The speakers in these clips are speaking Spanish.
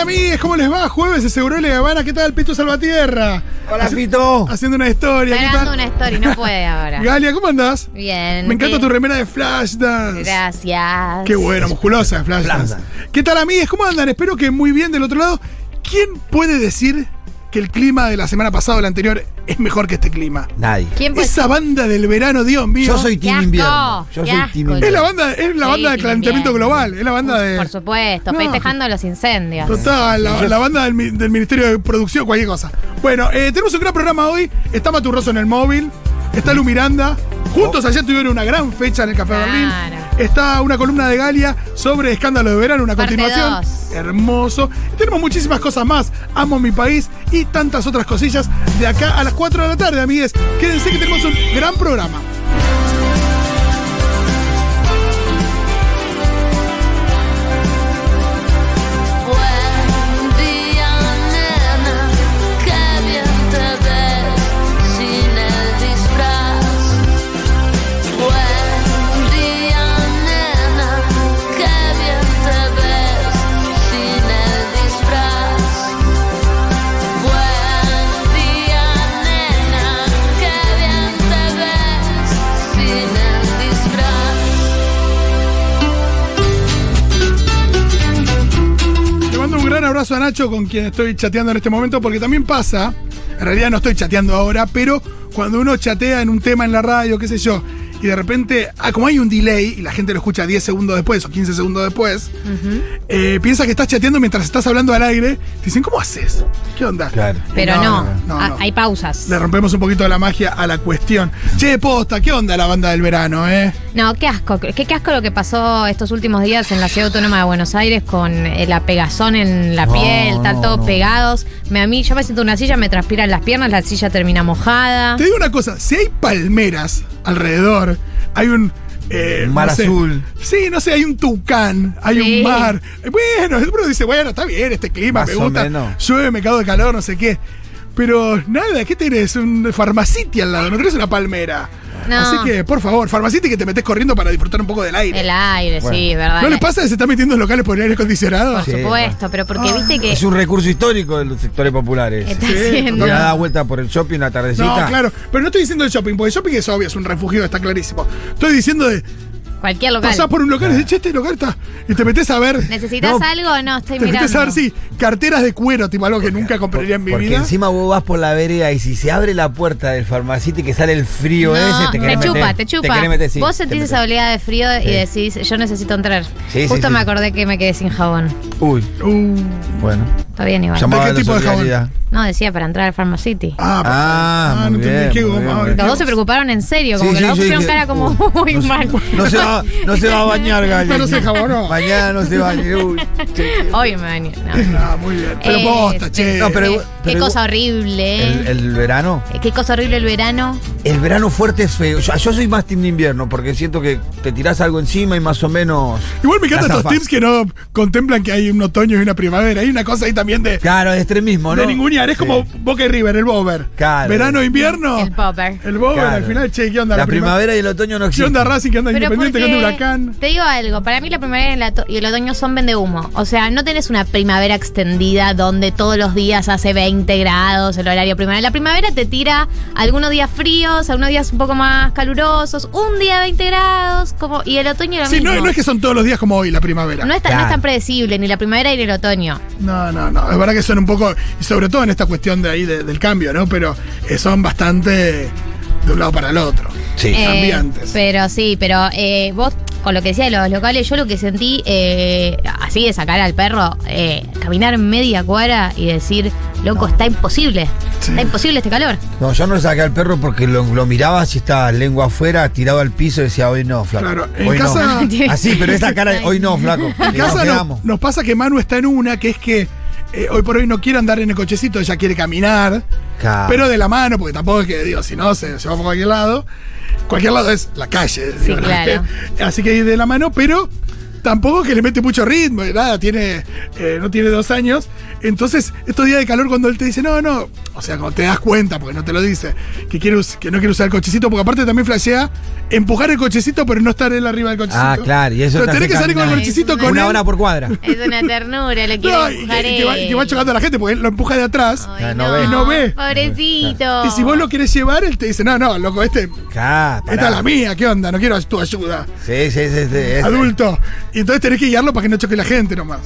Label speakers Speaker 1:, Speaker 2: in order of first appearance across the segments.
Speaker 1: amigues, ¿cómo les va? Jueves de Seguro y La Habana, ¿qué tal? Pito Salvatierra.
Speaker 2: Hola,
Speaker 1: Haci-
Speaker 2: Fito.
Speaker 1: Haciendo una historia.
Speaker 3: Está
Speaker 1: ¿qué
Speaker 3: grabando
Speaker 1: tal?
Speaker 3: una story, no puede ahora.
Speaker 1: Galia, ¿cómo andás?
Speaker 3: Bien.
Speaker 1: Me encanta
Speaker 3: eh,
Speaker 1: tu remera de Flashdance.
Speaker 3: Gracias.
Speaker 1: Qué buena, musculosa de Flashdance.
Speaker 2: Flashdance.
Speaker 1: ¿Qué tal, amigues? ¿Cómo andan? Espero que muy bien del otro lado. ¿Quién puede decir que el clima de la semana pasada o la anterior es mejor que este clima?
Speaker 2: Nadie.
Speaker 3: ¿Quién puede-
Speaker 1: Esa banda del verano, Dios mío.
Speaker 2: Yo soy
Speaker 3: Qué
Speaker 2: Team
Speaker 3: asco,
Speaker 2: Invierno. Yo
Speaker 3: qué
Speaker 2: soy
Speaker 3: asco.
Speaker 2: Team Invierno.
Speaker 1: Es la banda, es la
Speaker 3: Sí,
Speaker 1: banda de
Speaker 3: bien.
Speaker 1: calentamiento global. Es la banda de.
Speaker 3: Por supuesto,
Speaker 1: No.
Speaker 3: festejando los incendios.
Speaker 1: Total, la, la banda del, mi- del Ministerio de Producción, cualquier cosa. Bueno, eh, tenemos un gran programa hoy. Está Maturroso en el móvil. Está Lu Miranda. Juntos ayer tuvieron una gran fecha en el Café
Speaker 3: Claro.
Speaker 1: Berlín. Está una columna de Galia sobre Escándalo de Verano, una
Speaker 3: Parte
Speaker 1: continuación.
Speaker 3: dos.
Speaker 1: Hermoso. Tenemos muchísimas cosas más. Amo mi país y tantas otras cosillas de acá a las 4 de la tarde, amigues. Quédense que tenemos un gran programa.
Speaker 4: Buen día, nena, qué bien te ves sin el disfraz. Buen día, nena, qué bien te ves sin el disfraz. Buen día, nena, qué bien te ves sin el disfraz.
Speaker 1: Le mando un gran abrazo a Nacho con quien estoy chateando en este momento porque también pasa, en realidad no estoy chateando ahora, pero cuando uno chatea en un tema en la radio, qué sé yo, y de repente, ah, como hay un delay y la gente lo escucha 10 segundos después o 15 segundos después, eh, piensa que estás chateando mientras estás hablando al aire, te dicen, ¿cómo haces? ¿Qué onda?
Speaker 2: Claro.
Speaker 3: Pero no,
Speaker 1: no,
Speaker 3: ah,
Speaker 1: no.
Speaker 3: hay pausas.
Speaker 1: Le rompemos un poquito la magia a la cuestión. Che, posta, ¿qué onda la banda del verano, eh?
Speaker 3: No, qué asco. Qué, qué asco lo que pasó estos últimos días en la ciudad autónoma de Buenos Aires con eh, la pegazón en la
Speaker 2: No,
Speaker 3: piel, están
Speaker 2: no,
Speaker 3: todos
Speaker 2: no.
Speaker 3: pegados. Me, a mí, yo me siento en una silla, me transpiran las piernas, la silla termina mojada.
Speaker 1: Te digo una cosa, si hay palmeras alrededor, hay un... eh,
Speaker 2: Un mar
Speaker 1: no sé,
Speaker 2: azul.
Speaker 1: Sí, no sé, hay un tucán, hay
Speaker 3: Sí.
Speaker 1: un mar. Eh, Bueno, el uno dice, bueno, está bien este clima,
Speaker 2: Más
Speaker 1: me
Speaker 2: o
Speaker 1: gusta.
Speaker 2: menos.
Speaker 1: Llueve, me cago de calor, no sé qué. Pero nada, ¿qué tenés? Un farmaciti al lado, no tenés una palmera.
Speaker 3: No.
Speaker 1: Así que, por favor, farmaciti que te metes corriendo para disfrutar un poco del aire.
Speaker 3: El aire, sí, verdad.
Speaker 1: ¿No les pasa que se están metiendo en locales por el aire acondicionado?
Speaker 3: Por
Speaker 2: Sí.
Speaker 3: supuesto, pero porque
Speaker 1: Ah.
Speaker 3: viste que
Speaker 2: Es un recurso histórico de los sectores populares.
Speaker 3: está
Speaker 1: Sí,
Speaker 3: haciendo.
Speaker 2: Le da vuelta por el shopping la tardecita.
Speaker 1: No, claro. Pero no estoy diciendo el shopping, porque el shopping es obvio, es un refugio, está clarísimo. Estoy diciendo de
Speaker 3: Cualquier local.
Speaker 1: Pasás por un local y dices, che, este local está. Y te metes a ver.
Speaker 3: ¿Necesitas
Speaker 2: No,
Speaker 3: algo o no? Estoy
Speaker 1: Te metes
Speaker 3: mirando.
Speaker 1: a ver si carteras de cuero, tipo algo que nunca compraría en mi
Speaker 2: Porque
Speaker 1: vida.
Speaker 2: encima vos vas por la vereda y si se abre la puerta del farmacito y que sale el frío
Speaker 3: No,
Speaker 2: ese, te
Speaker 3: te,
Speaker 2: querés
Speaker 3: chupa,
Speaker 2: meter.
Speaker 3: te chupa.
Speaker 2: querés meter, sí,
Speaker 3: Vos
Speaker 2: te
Speaker 3: sentís
Speaker 2: metes.
Speaker 3: esa oleada de frío
Speaker 2: Sí.
Speaker 3: y decís, yo necesito entrar.
Speaker 2: Sí,
Speaker 3: Justo
Speaker 2: sí,
Speaker 3: me
Speaker 2: sí.
Speaker 3: acordé que me quedé sin jabón.
Speaker 2: Uy,
Speaker 1: Uh,
Speaker 2: bueno.
Speaker 3: Está bien, igual.
Speaker 2: Llamaba
Speaker 1: qué
Speaker 2: la
Speaker 1: tipo de jabón?
Speaker 2: solidaridad.
Speaker 3: No, decía para entrar al Pharmacity.
Speaker 1: ah, perfecto.
Speaker 2: Ah, muy
Speaker 1: entendí,
Speaker 2: bien,
Speaker 1: qué
Speaker 2: muy
Speaker 1: goma,
Speaker 2: bien, muy
Speaker 3: Los
Speaker 1: ahora
Speaker 2: bien.
Speaker 3: dos se
Speaker 1: entiendo.
Speaker 3: preocuparon en serio, como
Speaker 2: Sí,
Speaker 3: que
Speaker 2: sí,
Speaker 3: los dos
Speaker 2: yo
Speaker 3: pusieron
Speaker 2: dije,
Speaker 3: cara como
Speaker 2: uh,
Speaker 3: muy
Speaker 2: no se-
Speaker 3: mal.
Speaker 2: No se, va, no se va a bañar, Gali.
Speaker 1: Pero se jabonó.
Speaker 2: Mañana no se baña. Uy, che.
Speaker 3: Hoy me bañé. No.
Speaker 1: Ah, muy bien. Pero
Speaker 3: Eh,
Speaker 1: posta,
Speaker 3: sí.
Speaker 1: che.
Speaker 2: No, pero-
Speaker 3: Eh, qué
Speaker 2: igual-
Speaker 3: cosa horrible. eh.
Speaker 2: El, el verano.
Speaker 3: Eh, Qué cosa horrible el verano.
Speaker 2: El verano fuerte es feo. Yo, yo soy más team de invierno porque siento que te tirás algo encima y más o menos.
Speaker 1: Igual me encantan
Speaker 2: la
Speaker 1: estos
Speaker 2: zafás.
Speaker 1: tips que no contemplan que hay un otoño y una primavera. Hay una cosa ahí también de,
Speaker 2: Claro, es extremismo, ¿no?
Speaker 1: de ningunear. Es
Speaker 2: Sí.
Speaker 1: como Boca y River, el bober.
Speaker 2: Claro.
Speaker 1: Verano, invierno.
Speaker 3: El popper.
Speaker 1: El bober,
Speaker 2: Claro.
Speaker 1: oh, al final, che, ¿qué onda?
Speaker 2: La, primavera y el otoño no
Speaker 1: ¿Qué
Speaker 2: existen.
Speaker 1: onda Racing? ¿Qué onda
Speaker 3: Pero
Speaker 1: Independiente? ¿Qué onda
Speaker 3: porque-
Speaker 1: Huracán?
Speaker 3: Te digo algo, para mí la primavera y el ato- y el otoño son vende humo. O sea, no tenés una primavera extendida donde todos los días hace 20 grados el horario primavera. La primavera te tira algunos días fríos, algunos días un poco más calurosos, un día 20 grados, como y el otoño lo
Speaker 1: Sí,
Speaker 3: mismo.
Speaker 1: no, no es que son todos los días como hoy la primavera.
Speaker 3: No es tan- no es
Speaker 2: Claro.
Speaker 3: tan predecible ni la primavera ni el otoño.
Speaker 1: No, no, no. Es verdad que son un poco, y sobre todo en esta cuestión de ahí de- del cambio, ¿no? Pero eh, son bastante de un lado para el otro.
Speaker 2: Sí.
Speaker 3: Eh,
Speaker 1: Cambiantes.
Speaker 3: Pero sí, pero eh, vos, con lo que decía de los locales, yo lo que sentí, eh, así de sacar al perro, eh, caminar media cuadra y decir, loco, está imposible.
Speaker 1: Sí.
Speaker 3: Está imposible este calor.
Speaker 2: No, yo no lo saqué al perro porque lo, lo miraba si estaba lengua afuera, tirado al piso y decía, hoy no, flaco.
Speaker 1: Claro, en
Speaker 2: hoy no".
Speaker 1: casa-
Speaker 2: Así, pero esa cara, de, hoy no, flaco.
Speaker 1: En casa no-
Speaker 2: no,
Speaker 1: nos pasa que Manu está en una que es que eh, hoy por hoy no quiere andar en el cochecito, ella quiere caminar,
Speaker 2: Claro.
Speaker 1: pero de la mano, porque tampoco es que, digo, si no, se, se va por cualquier lado. Cualquier lado es la calle. digo, ¿no?
Speaker 3: claro.
Speaker 1: Así que ir de la mano, pero tampoco que le mete mucho ritmo, nada, tiene, eh, no tiene dos años. Entonces, estos días de calor, cuando él te dice, no, no, o sea, cuando te das cuenta, porque no te lo dice, que, quiere us- que no quiere usar el cochecito, porque aparte también flashea empujar el cochecito, pero no estar él arriba del cochecito.
Speaker 2: Ah, claro, y eso
Speaker 1: Pero
Speaker 2: te
Speaker 1: tenés
Speaker 2: hace
Speaker 1: que salir con el
Speaker 2: caminar.
Speaker 1: cochecito con
Speaker 2: Una
Speaker 1: él.
Speaker 2: hora por cuadra.
Speaker 3: Es una ternura, lo quiero
Speaker 1: No, y,
Speaker 3: empujar
Speaker 1: que- y que va, y que va
Speaker 3: él.
Speaker 1: chocando a la gente, porque él lo empuja de atrás.
Speaker 3: Ay,
Speaker 2: Ah, no
Speaker 3: no,
Speaker 2: ve.
Speaker 1: No ve.
Speaker 3: Pobrecito.
Speaker 1: Y si vos lo querés llevar, él te dice, no, no, loco, este,
Speaker 2: Claro,
Speaker 1: esta es la mía, ¿qué onda? No quiero tu ayuda,
Speaker 2: Sí, sí, sí. sí,
Speaker 5: Este.
Speaker 2: es-
Speaker 1: adulto. Y entonces tenés que guiarlo para que no choque la gente nomás.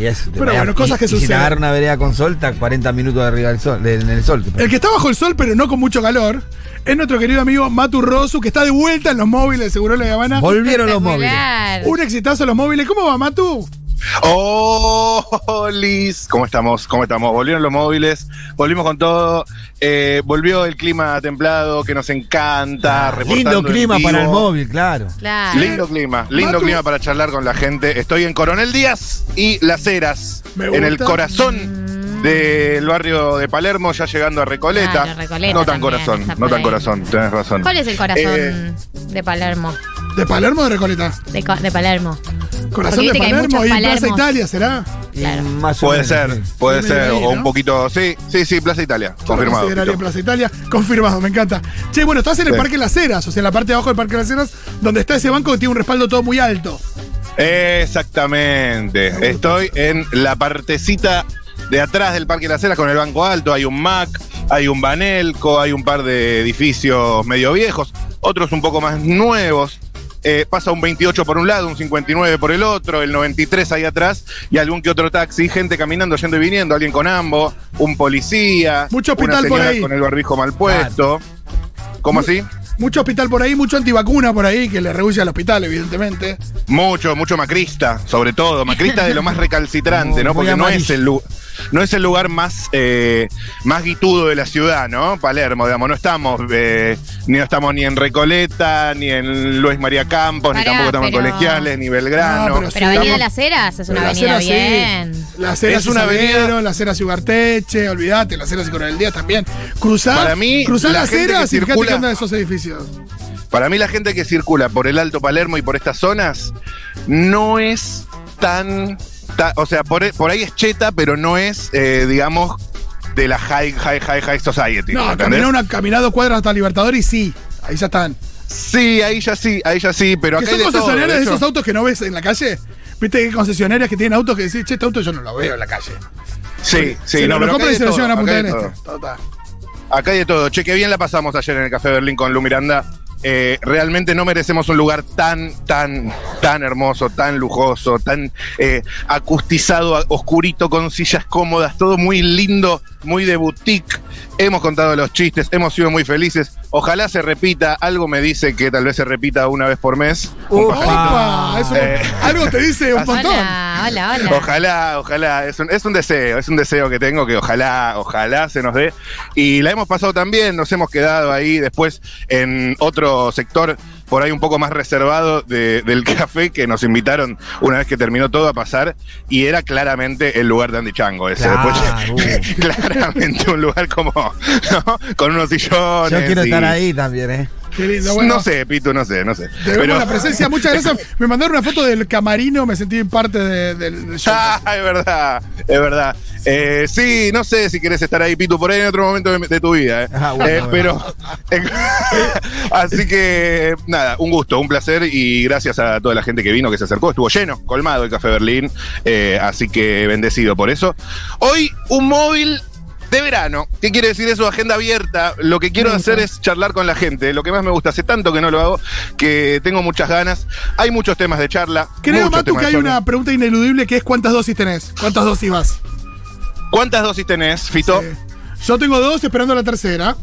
Speaker 2: Y es,
Speaker 1: Pero bueno, cosas que
Speaker 2: y- y Si
Speaker 1: suceden.
Speaker 2: te agarra una vereda con sol, está 40 minutos arriba del sol, de- en el sol.
Speaker 1: El que está bajo el sol, pero no con mucho calor, es nuestro querido amigo Matu Rosu, que está de vuelta en los móviles de Seguro La Habana.
Speaker 2: Volvieron los móviles.
Speaker 3: Espectacular.
Speaker 1: Un exitazo a los móviles. ¿Cómo va, Matu?
Speaker 5: ¡Oh, Liz! ¿Cómo estamos? ¿Cómo estamos? Volvieron los móviles, volvimos con todo. eh, volvió el clima templado que nos encanta.
Speaker 3: Ah,
Speaker 5: reportando
Speaker 2: Lindo
Speaker 5: en
Speaker 2: clima
Speaker 5: vivo. Ah.
Speaker 2: para el móvil, claro.
Speaker 3: Claro.
Speaker 5: Lindo clima, lindo
Speaker 1: Matu.
Speaker 5: clima para charlar con la gente. Estoy en Coronel Díaz y Las Heras,
Speaker 1: Me
Speaker 5: en el
Speaker 1: gusta.
Speaker 3: Mm.
Speaker 5: corazón del barrio de Palermo, ya llegando a Recoleta.
Speaker 3: Claro, Ah, Recoleta
Speaker 5: no tan
Speaker 3: también,
Speaker 5: corazón,
Speaker 3: está
Speaker 5: no
Speaker 3: por
Speaker 5: tan
Speaker 3: ahí.
Speaker 5: corazón, tenés razón.
Speaker 3: ¿Cuál es el corazón
Speaker 5: Eh,
Speaker 3: de Palermo?
Speaker 1: ¿De Palermo o de Recoleta?
Speaker 3: De, co- de Palermo.
Speaker 1: Corazón
Speaker 3: viste
Speaker 1: de
Speaker 3: que hay
Speaker 1: Palermo
Speaker 3: muchos
Speaker 1: y Plaza
Speaker 3: Palermos.
Speaker 1: Italia, ¿será?
Speaker 3: Claro.
Speaker 2: Y más o
Speaker 5: Puede
Speaker 2: menos,
Speaker 5: ser,
Speaker 2: sí.
Speaker 5: puede
Speaker 1: Sí,
Speaker 5: ser,
Speaker 1: Medellín,
Speaker 5: o un
Speaker 1: ¿no?
Speaker 5: poquito, sí, sí, sí, Plaza Italia,
Speaker 1: Yo lo
Speaker 5: confirmado.
Speaker 1: consideraría
Speaker 5: Tito.
Speaker 1: Plaza Italia, confirmado, me encanta. Che, bueno, estás en el
Speaker 5: Sí.
Speaker 1: Parque Las Heras, o sea, en la parte de abajo del Parque Las Heras, donde está ese banco que tiene un respaldo todo muy alto.
Speaker 5: Exactamente. Estoy en la partecita de atrás del Parque de las Heras con el Banco Alto. Hay un MAC, hay un Banelco, hay un par de edificios medio viejos, otros un poco más nuevos. Eh, pasa un 28 por un lado, un 59 por el otro, el 93 ahí atrás y algún que otro taxi, gente caminando, yendo y viniendo, alguien con ambo, un policía,
Speaker 1: Mucho
Speaker 5: una
Speaker 1: hospital por
Speaker 5: señora
Speaker 1: ahí.
Speaker 5: con el barbijo mal puesto. ¿Cómo así?
Speaker 1: Mucho hospital por ahí, mucho antivacuna por ahí, que le rehuye al hospital, evidentemente.
Speaker 5: Mucho, mucho macrista, sobre todo. Macrista de lo más recalcitrante,
Speaker 2: Muy
Speaker 5: ¿no? Porque no
Speaker 2: amarillo.
Speaker 5: es el lugar. No es el lugar más, eh, más guitudo de la ciudad, ¿no? Palermo, digamos, no estamos, eh, ni no estamos ni en Recoleta, ni en Luis María Campos, ni
Speaker 3: Pará,
Speaker 5: tampoco estamos
Speaker 3: pero-
Speaker 5: en Colegiales, ni Belgrano.
Speaker 1: No, pero
Speaker 3: Pero
Speaker 1: Sí,
Speaker 3: Avenida
Speaker 1: estamos-
Speaker 3: Las Heras es una
Speaker 1: Pero
Speaker 3: avenida
Speaker 1: Heras sí.
Speaker 3: bien.
Speaker 1: Las Heras
Speaker 5: Es una avenida-
Speaker 1: Las Heras y Ugarteche, olvídate, Las Heras y Coronel Díaz también. Cruzar,
Speaker 5: Para mí,
Speaker 1: cruzar
Speaker 5: la
Speaker 1: Las
Speaker 5: gente que
Speaker 1: Heras y fíjate
Speaker 5: circula-
Speaker 1: qué onda de esos edificios.
Speaker 5: Para mí la gente que circula por el Alto Palermo y por estas zonas no es tan... ta- o sea, por, por ahí es cheta, pero no es, eh, digamos, de la high, high, high, high society.
Speaker 1: No,
Speaker 5: ¿entendés?
Speaker 1: caminar una caminada dos cuadras hasta Libertador y sí, ahí ya están.
Speaker 5: Sí, ahí ya sí, ahí ya sí, pero
Speaker 1: que
Speaker 5: acá hay
Speaker 1: son
Speaker 5: de todo,
Speaker 1: concesionarias
Speaker 5: de
Speaker 1: de
Speaker 5: hecho.
Speaker 1: esos autos que no ves en la calle. Viste que hay concesionarias que tienen autos que decís, che, este auto yo no lo veo en la calle.
Speaker 5: Sí, sí,
Speaker 1: se
Speaker 5: no,
Speaker 1: lo,
Speaker 5: pero acá
Speaker 1: compran
Speaker 5: hay
Speaker 1: y
Speaker 5: de
Speaker 1: se lo
Speaker 5: todo,
Speaker 1: llevan a
Speaker 5: acá
Speaker 1: Punta
Speaker 5: hay
Speaker 1: del
Speaker 5: de
Speaker 1: Este.
Speaker 5: todo.
Speaker 1: Total.
Speaker 5: Acá hay de todo. Che, qué bien la pasamos ayer en el Café Berlín con Lu Miranda. Eh, realmente no merecemos un lugar tan, tan, tan hermoso, tan lujoso, tan eh, acustizado, a- oscurito, con sillas cómodas, todo muy lindo, muy de boutique. Hemos contado los chistes, hemos sido muy felices. Ojalá se repita, algo me dice que tal vez se repita una vez por mes.
Speaker 1: Uh,
Speaker 5: Un
Speaker 2: Opa.
Speaker 5: pajarito.
Speaker 1: ¡Opa! Eso-
Speaker 5: Eh.
Speaker 1: algo te dice un
Speaker 5: Así-
Speaker 1: montón.
Speaker 3: Hola, hola, hola.
Speaker 5: Ojalá, ojalá, es un, es un deseo, es un deseo que tengo que ojalá, ojalá se nos dé. Y la hemos pasado también, nos hemos quedado ahí después en otro sector por ahí un poco más reservado de- del café que nos invitaron una vez que terminó todo a pasar y era claramente el lugar de Andy Chango ese.
Speaker 2: Claro. uh.
Speaker 5: Después, claramente un lugar como, ¿no? Con unos sillones.
Speaker 2: Yo quiero
Speaker 5: y-
Speaker 2: estar ahí también, ¿eh?
Speaker 1: Qué lindo, bueno.
Speaker 5: No sé, Pitu, no sé, no sé.
Speaker 1: Te vemos la presencia, muchas gracias. Me mandaron una foto del camarino, me sentí parte de- del del show.
Speaker 5: Ah, es verdad, es verdad. Eh, sí, no sé si querés estar ahí, Pitu, por ahí en otro momento de, de tu vida. eh.
Speaker 2: Ah, bueno,
Speaker 5: Eh,
Speaker 2: bueno.
Speaker 5: Pero, eh, así que, nada, un gusto, un placer y gracias a toda la gente que vino, que se acercó. Estuvo lleno, colmado el Café Berlín, eh, así que bendecido por eso. Hoy, un móvil de verano. ¿Qué quiere decir eso? Agenda abierta. Lo que quiero hacer es charlar con la gente. Lo que más me gusta, hace tanto que no lo hago, que tengo muchas ganas. Hay muchos temas de charla.
Speaker 1: Creo,
Speaker 5: muchos
Speaker 1: Matu,
Speaker 5: temas
Speaker 1: que
Speaker 5: de
Speaker 1: hay
Speaker 5: charla.
Speaker 1: una pregunta ineludible que es ¿cuántas dosis tenés? ¿Cuántas dosis vas?
Speaker 5: ¿Cuántas dosis tenés, Fito?
Speaker 1: Eh, yo tengo dos esperando la tercera.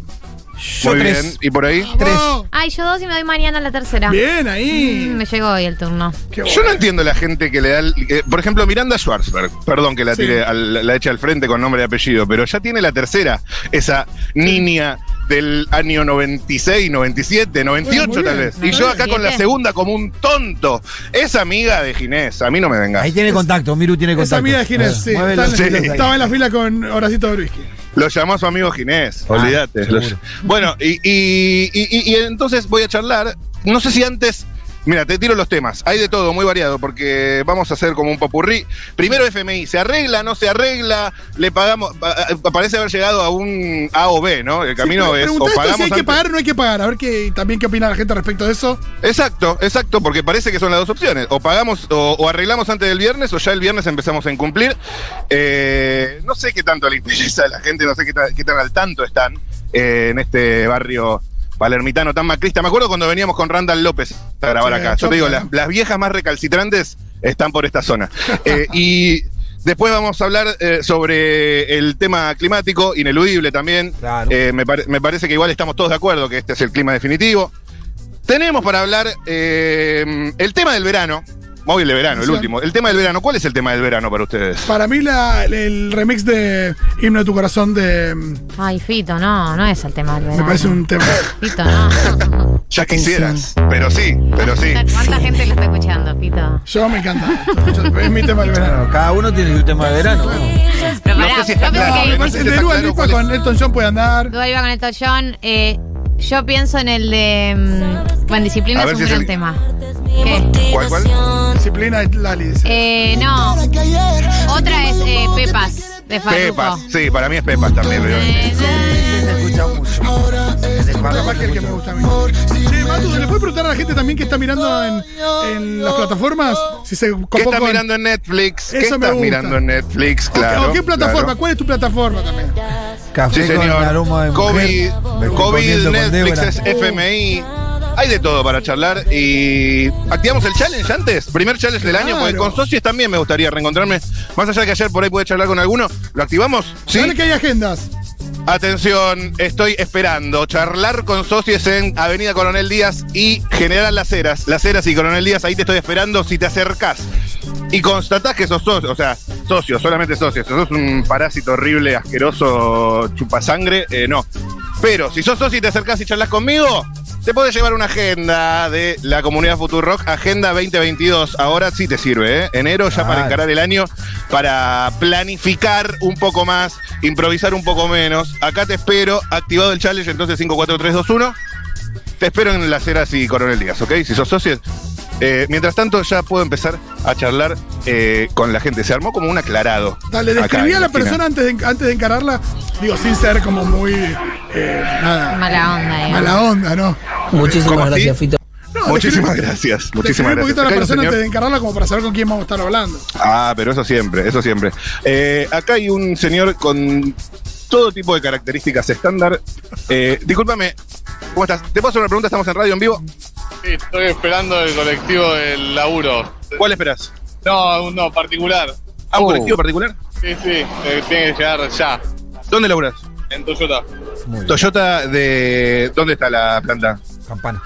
Speaker 2: Yo
Speaker 5: Muy
Speaker 2: tres.
Speaker 5: bien. ¿Y por ahí?
Speaker 1: Ah,
Speaker 2: Tres.
Speaker 1: ¡Vamos!
Speaker 3: Ay, yo dos y me doy mañana la tercera.
Speaker 1: Bien
Speaker 3: Mm,
Speaker 1: ahí.
Speaker 3: me llegó hoy el turno.
Speaker 1: Qué
Speaker 5: Yo
Speaker 1: bueno.
Speaker 5: no entiendo la gente que le da. el- eh, por ejemplo, Miranda Schwarzberg, perdón que la
Speaker 1: Sí.
Speaker 5: tire al- la eche al frente con nombre y apellido, pero ya tiene la tercera, esa niña del año 96, 97, 98
Speaker 1: Bueno, muy
Speaker 5: tal
Speaker 1: bien.
Speaker 5: vez. Y yo acá con la
Speaker 3: 97.
Speaker 5: segunda como un tonto. Es amiga de Ginés, a mí no me venga.
Speaker 2: Ahí tiene contacto, Miru tiene contacto.
Speaker 1: Esa amiga de Ginés,
Speaker 2: Ah,
Speaker 1: sí.
Speaker 2: mueve
Speaker 1: Está
Speaker 2: los
Speaker 1: en-
Speaker 5: Sí.
Speaker 2: hilos ahí.
Speaker 1: Estaba en la fila con Horacito Bruski.
Speaker 5: Lo llamó a su amigo Ginés,
Speaker 2: Ah,
Speaker 5: olvídate. Lo-
Speaker 2: seguro.
Speaker 5: Bueno, y, y- y- y- y entonces voy a charlar. No sé si antes Mira, te tiro los temas. Hay de todo, muy variado, porque vamos a hacer como un popurrí. Primero FMI, ¿se arregla, no se arregla? Le pagamos. pa- pa- Parece haber llegado a un A o B, ¿no? El camino es. O
Speaker 1: Preguntá esto
Speaker 5: pagamos
Speaker 1: si hay que
Speaker 5: antes-
Speaker 1: pagar o no hay que pagar. A ver qué, también qué opina la gente respecto de eso.
Speaker 5: Exacto, exacto, porque parece que son las dos opciones. O pagamos o, o arreglamos antes del viernes o ya el viernes empezamos a incumplir. Eh, no sé qué tanto le interesa a la gente, no sé qué, ta- qué tan al tanto están eh, en este barrio palermitano tan macrista. Me acuerdo cuando veníamos con Randall López a grabar
Speaker 1: Sí,
Speaker 5: acá. Yo
Speaker 1: choca,
Speaker 5: te digo,
Speaker 1: ¿no?
Speaker 5: las, las viejas más recalcitrantes están por esta zona. Eh, y después vamos a hablar eh, sobre el tema climático, ineludible también.
Speaker 2: Claro.
Speaker 5: Eh, me, pare- me parece que igual estamos todos de acuerdo que este es el clima definitivo. Tenemos para hablar eh, el tema del verano. Móvil de verano, el
Speaker 1: Sí.
Speaker 5: último. El tema del verano. ¿Cuál es el tema del verano para ustedes?
Speaker 1: Para mí, la- el remix de Himno de tu Corazón de.
Speaker 3: Ay, Fito, no, no es el tema del verano.
Speaker 1: Me parece un tema.
Speaker 3: Fito, no.
Speaker 5: Ya quisieras. Pero sí, pero sí.
Speaker 3: ¿Cuánta gente lo está escuchando, Fito?
Speaker 1: Yo me encanta. Yo- Es mi tema del verano.
Speaker 2: Claro, cada uno tiene su tema de verano.
Speaker 3: Pero
Speaker 5: No
Speaker 3: pará,
Speaker 5: sé si está
Speaker 3: yo pensé
Speaker 5: claro,
Speaker 3: que
Speaker 5: me
Speaker 1: Además, el de Dua
Speaker 5: Ah, Está claro
Speaker 1: Lipa
Speaker 5: cuál es.
Speaker 1: con Elton John puede andar.
Speaker 3: Dua Lipa con el Tollón. eh, yo pienso en el de. mm, bueno, disciplina
Speaker 5: A
Speaker 3: es
Speaker 5: ver
Speaker 3: un
Speaker 5: si es
Speaker 3: gran
Speaker 5: el-
Speaker 3: tema. ¿Qué?
Speaker 5: ¿Cuál, cuál?
Speaker 1: Disciplina de Lali. dice.
Speaker 3: Eh, no. Otra es eh, Pepas, de Farruko.
Speaker 5: Pepas. Sí, para mí es Pepas también. pero-
Speaker 3: Eh,
Speaker 2: Se escucha mucho. Se escucha
Speaker 1: Capaz que el que me
Speaker 2: mucho.
Speaker 1: gusta a mí. Che, Matu, ¿le puedes preguntar a la gente también que está mirando en, en las plataformas? Si se
Speaker 5: ¿Qué
Speaker 1: copó
Speaker 5: estás
Speaker 1: con-
Speaker 5: mirando en Netflix? ¿Qué
Speaker 1: Eso me
Speaker 5: estás
Speaker 1: gusta.
Speaker 5: mirando en Netflix?
Speaker 1: ¿O qué-
Speaker 5: Claro.
Speaker 1: ¿O qué plataforma?
Speaker 5: claro.
Speaker 1: ¿Cuál es tu plataforma también?
Speaker 2: Café
Speaker 5: Sí,
Speaker 2: con
Speaker 5: señor.
Speaker 2: aroma de
Speaker 5: COVID,
Speaker 2: mujer. Me estoy
Speaker 5: COVID,
Speaker 2: comiendo con
Speaker 5: Netflix,
Speaker 2: Débora.
Speaker 5: es FMI. Hay de todo para charlar y activamos el challenge antes, primer challenge del año,
Speaker 1: Claro.
Speaker 5: porque con socios también me gustaría reencontrarme, más allá de que ayer por ahí pude charlar con alguno, ¿lo activamos? Sí.
Speaker 1: Dale que hay agendas.
Speaker 5: Atención, estoy esperando charlar con socios en Avenida Coronel Díaz y General Las Heras. Las Heras y Coronel Díaz, ahí te estoy esperando si te acercás. Y constatás que sos socio, o sea, socio, solamente socio. Si sos un parásito horrible, asqueroso, chupasangre, eh, no. Pero si sos socio y te acercás y charlas conmigo, te podés llevar una agenda de la comunidad Futurock, Agenda 2022. Ahora sí te sirve, ¿eh? Enero ya para
Speaker 2: Claro.
Speaker 5: encarar el año, para planificar un poco más, improvisar un poco menos. Acá te espero, activado el challenge, entonces 54321. Te espero en las eras y Coronel Díaz, ¿ok? Si sos socio. eh, mientras tanto, ya puedo empezar a charlar eh, con la gente. Se armó como un aclarado.
Speaker 1: Dale,
Speaker 5: acá
Speaker 1: describí
Speaker 5: en
Speaker 1: a la
Speaker 5: esquina.
Speaker 1: persona antes de, antes de encararla. Digo, sin ser como muy. eh, nada.
Speaker 3: Mala onda, eh.
Speaker 1: Mala onda, ¿no?
Speaker 5: ¿Cómo
Speaker 6: Muchísimas
Speaker 5: así?
Speaker 6: gracias, Fito.
Speaker 1: No,
Speaker 5: Muchísimas
Speaker 1: describí-
Speaker 5: gracias.
Speaker 1: describí
Speaker 5: Muchísimas
Speaker 1: un
Speaker 5: gracias.
Speaker 1: poquito a
Speaker 5: Acá
Speaker 1: la
Speaker 5: hay un
Speaker 1: persona
Speaker 5: señor-
Speaker 1: antes de encararla como para saber con quién vamos a estar hablando.
Speaker 5: Ah, pero eso siempre, eso siempre. Eh, acá hay un señor con todo tipo de características estándar. Eh, discúlpame, ¿cómo estás? ¿Te puedo hacer una pregunta? Estamos en radio en vivo.
Speaker 7: Sí, estoy esperando el colectivo del laburo.
Speaker 5: ¿Cuál esperas?
Speaker 7: No, uno particular.
Speaker 1: Oh.
Speaker 5: ¿A un colectivo particular?
Speaker 7: Sí, sí, eh, tiene que llegar ya,
Speaker 5: ¿Dónde laburas?
Speaker 7: en Toyota.
Speaker 2: Muy bien.
Speaker 5: Toyota de. ¿Dónde está la planta?
Speaker 2: Campana.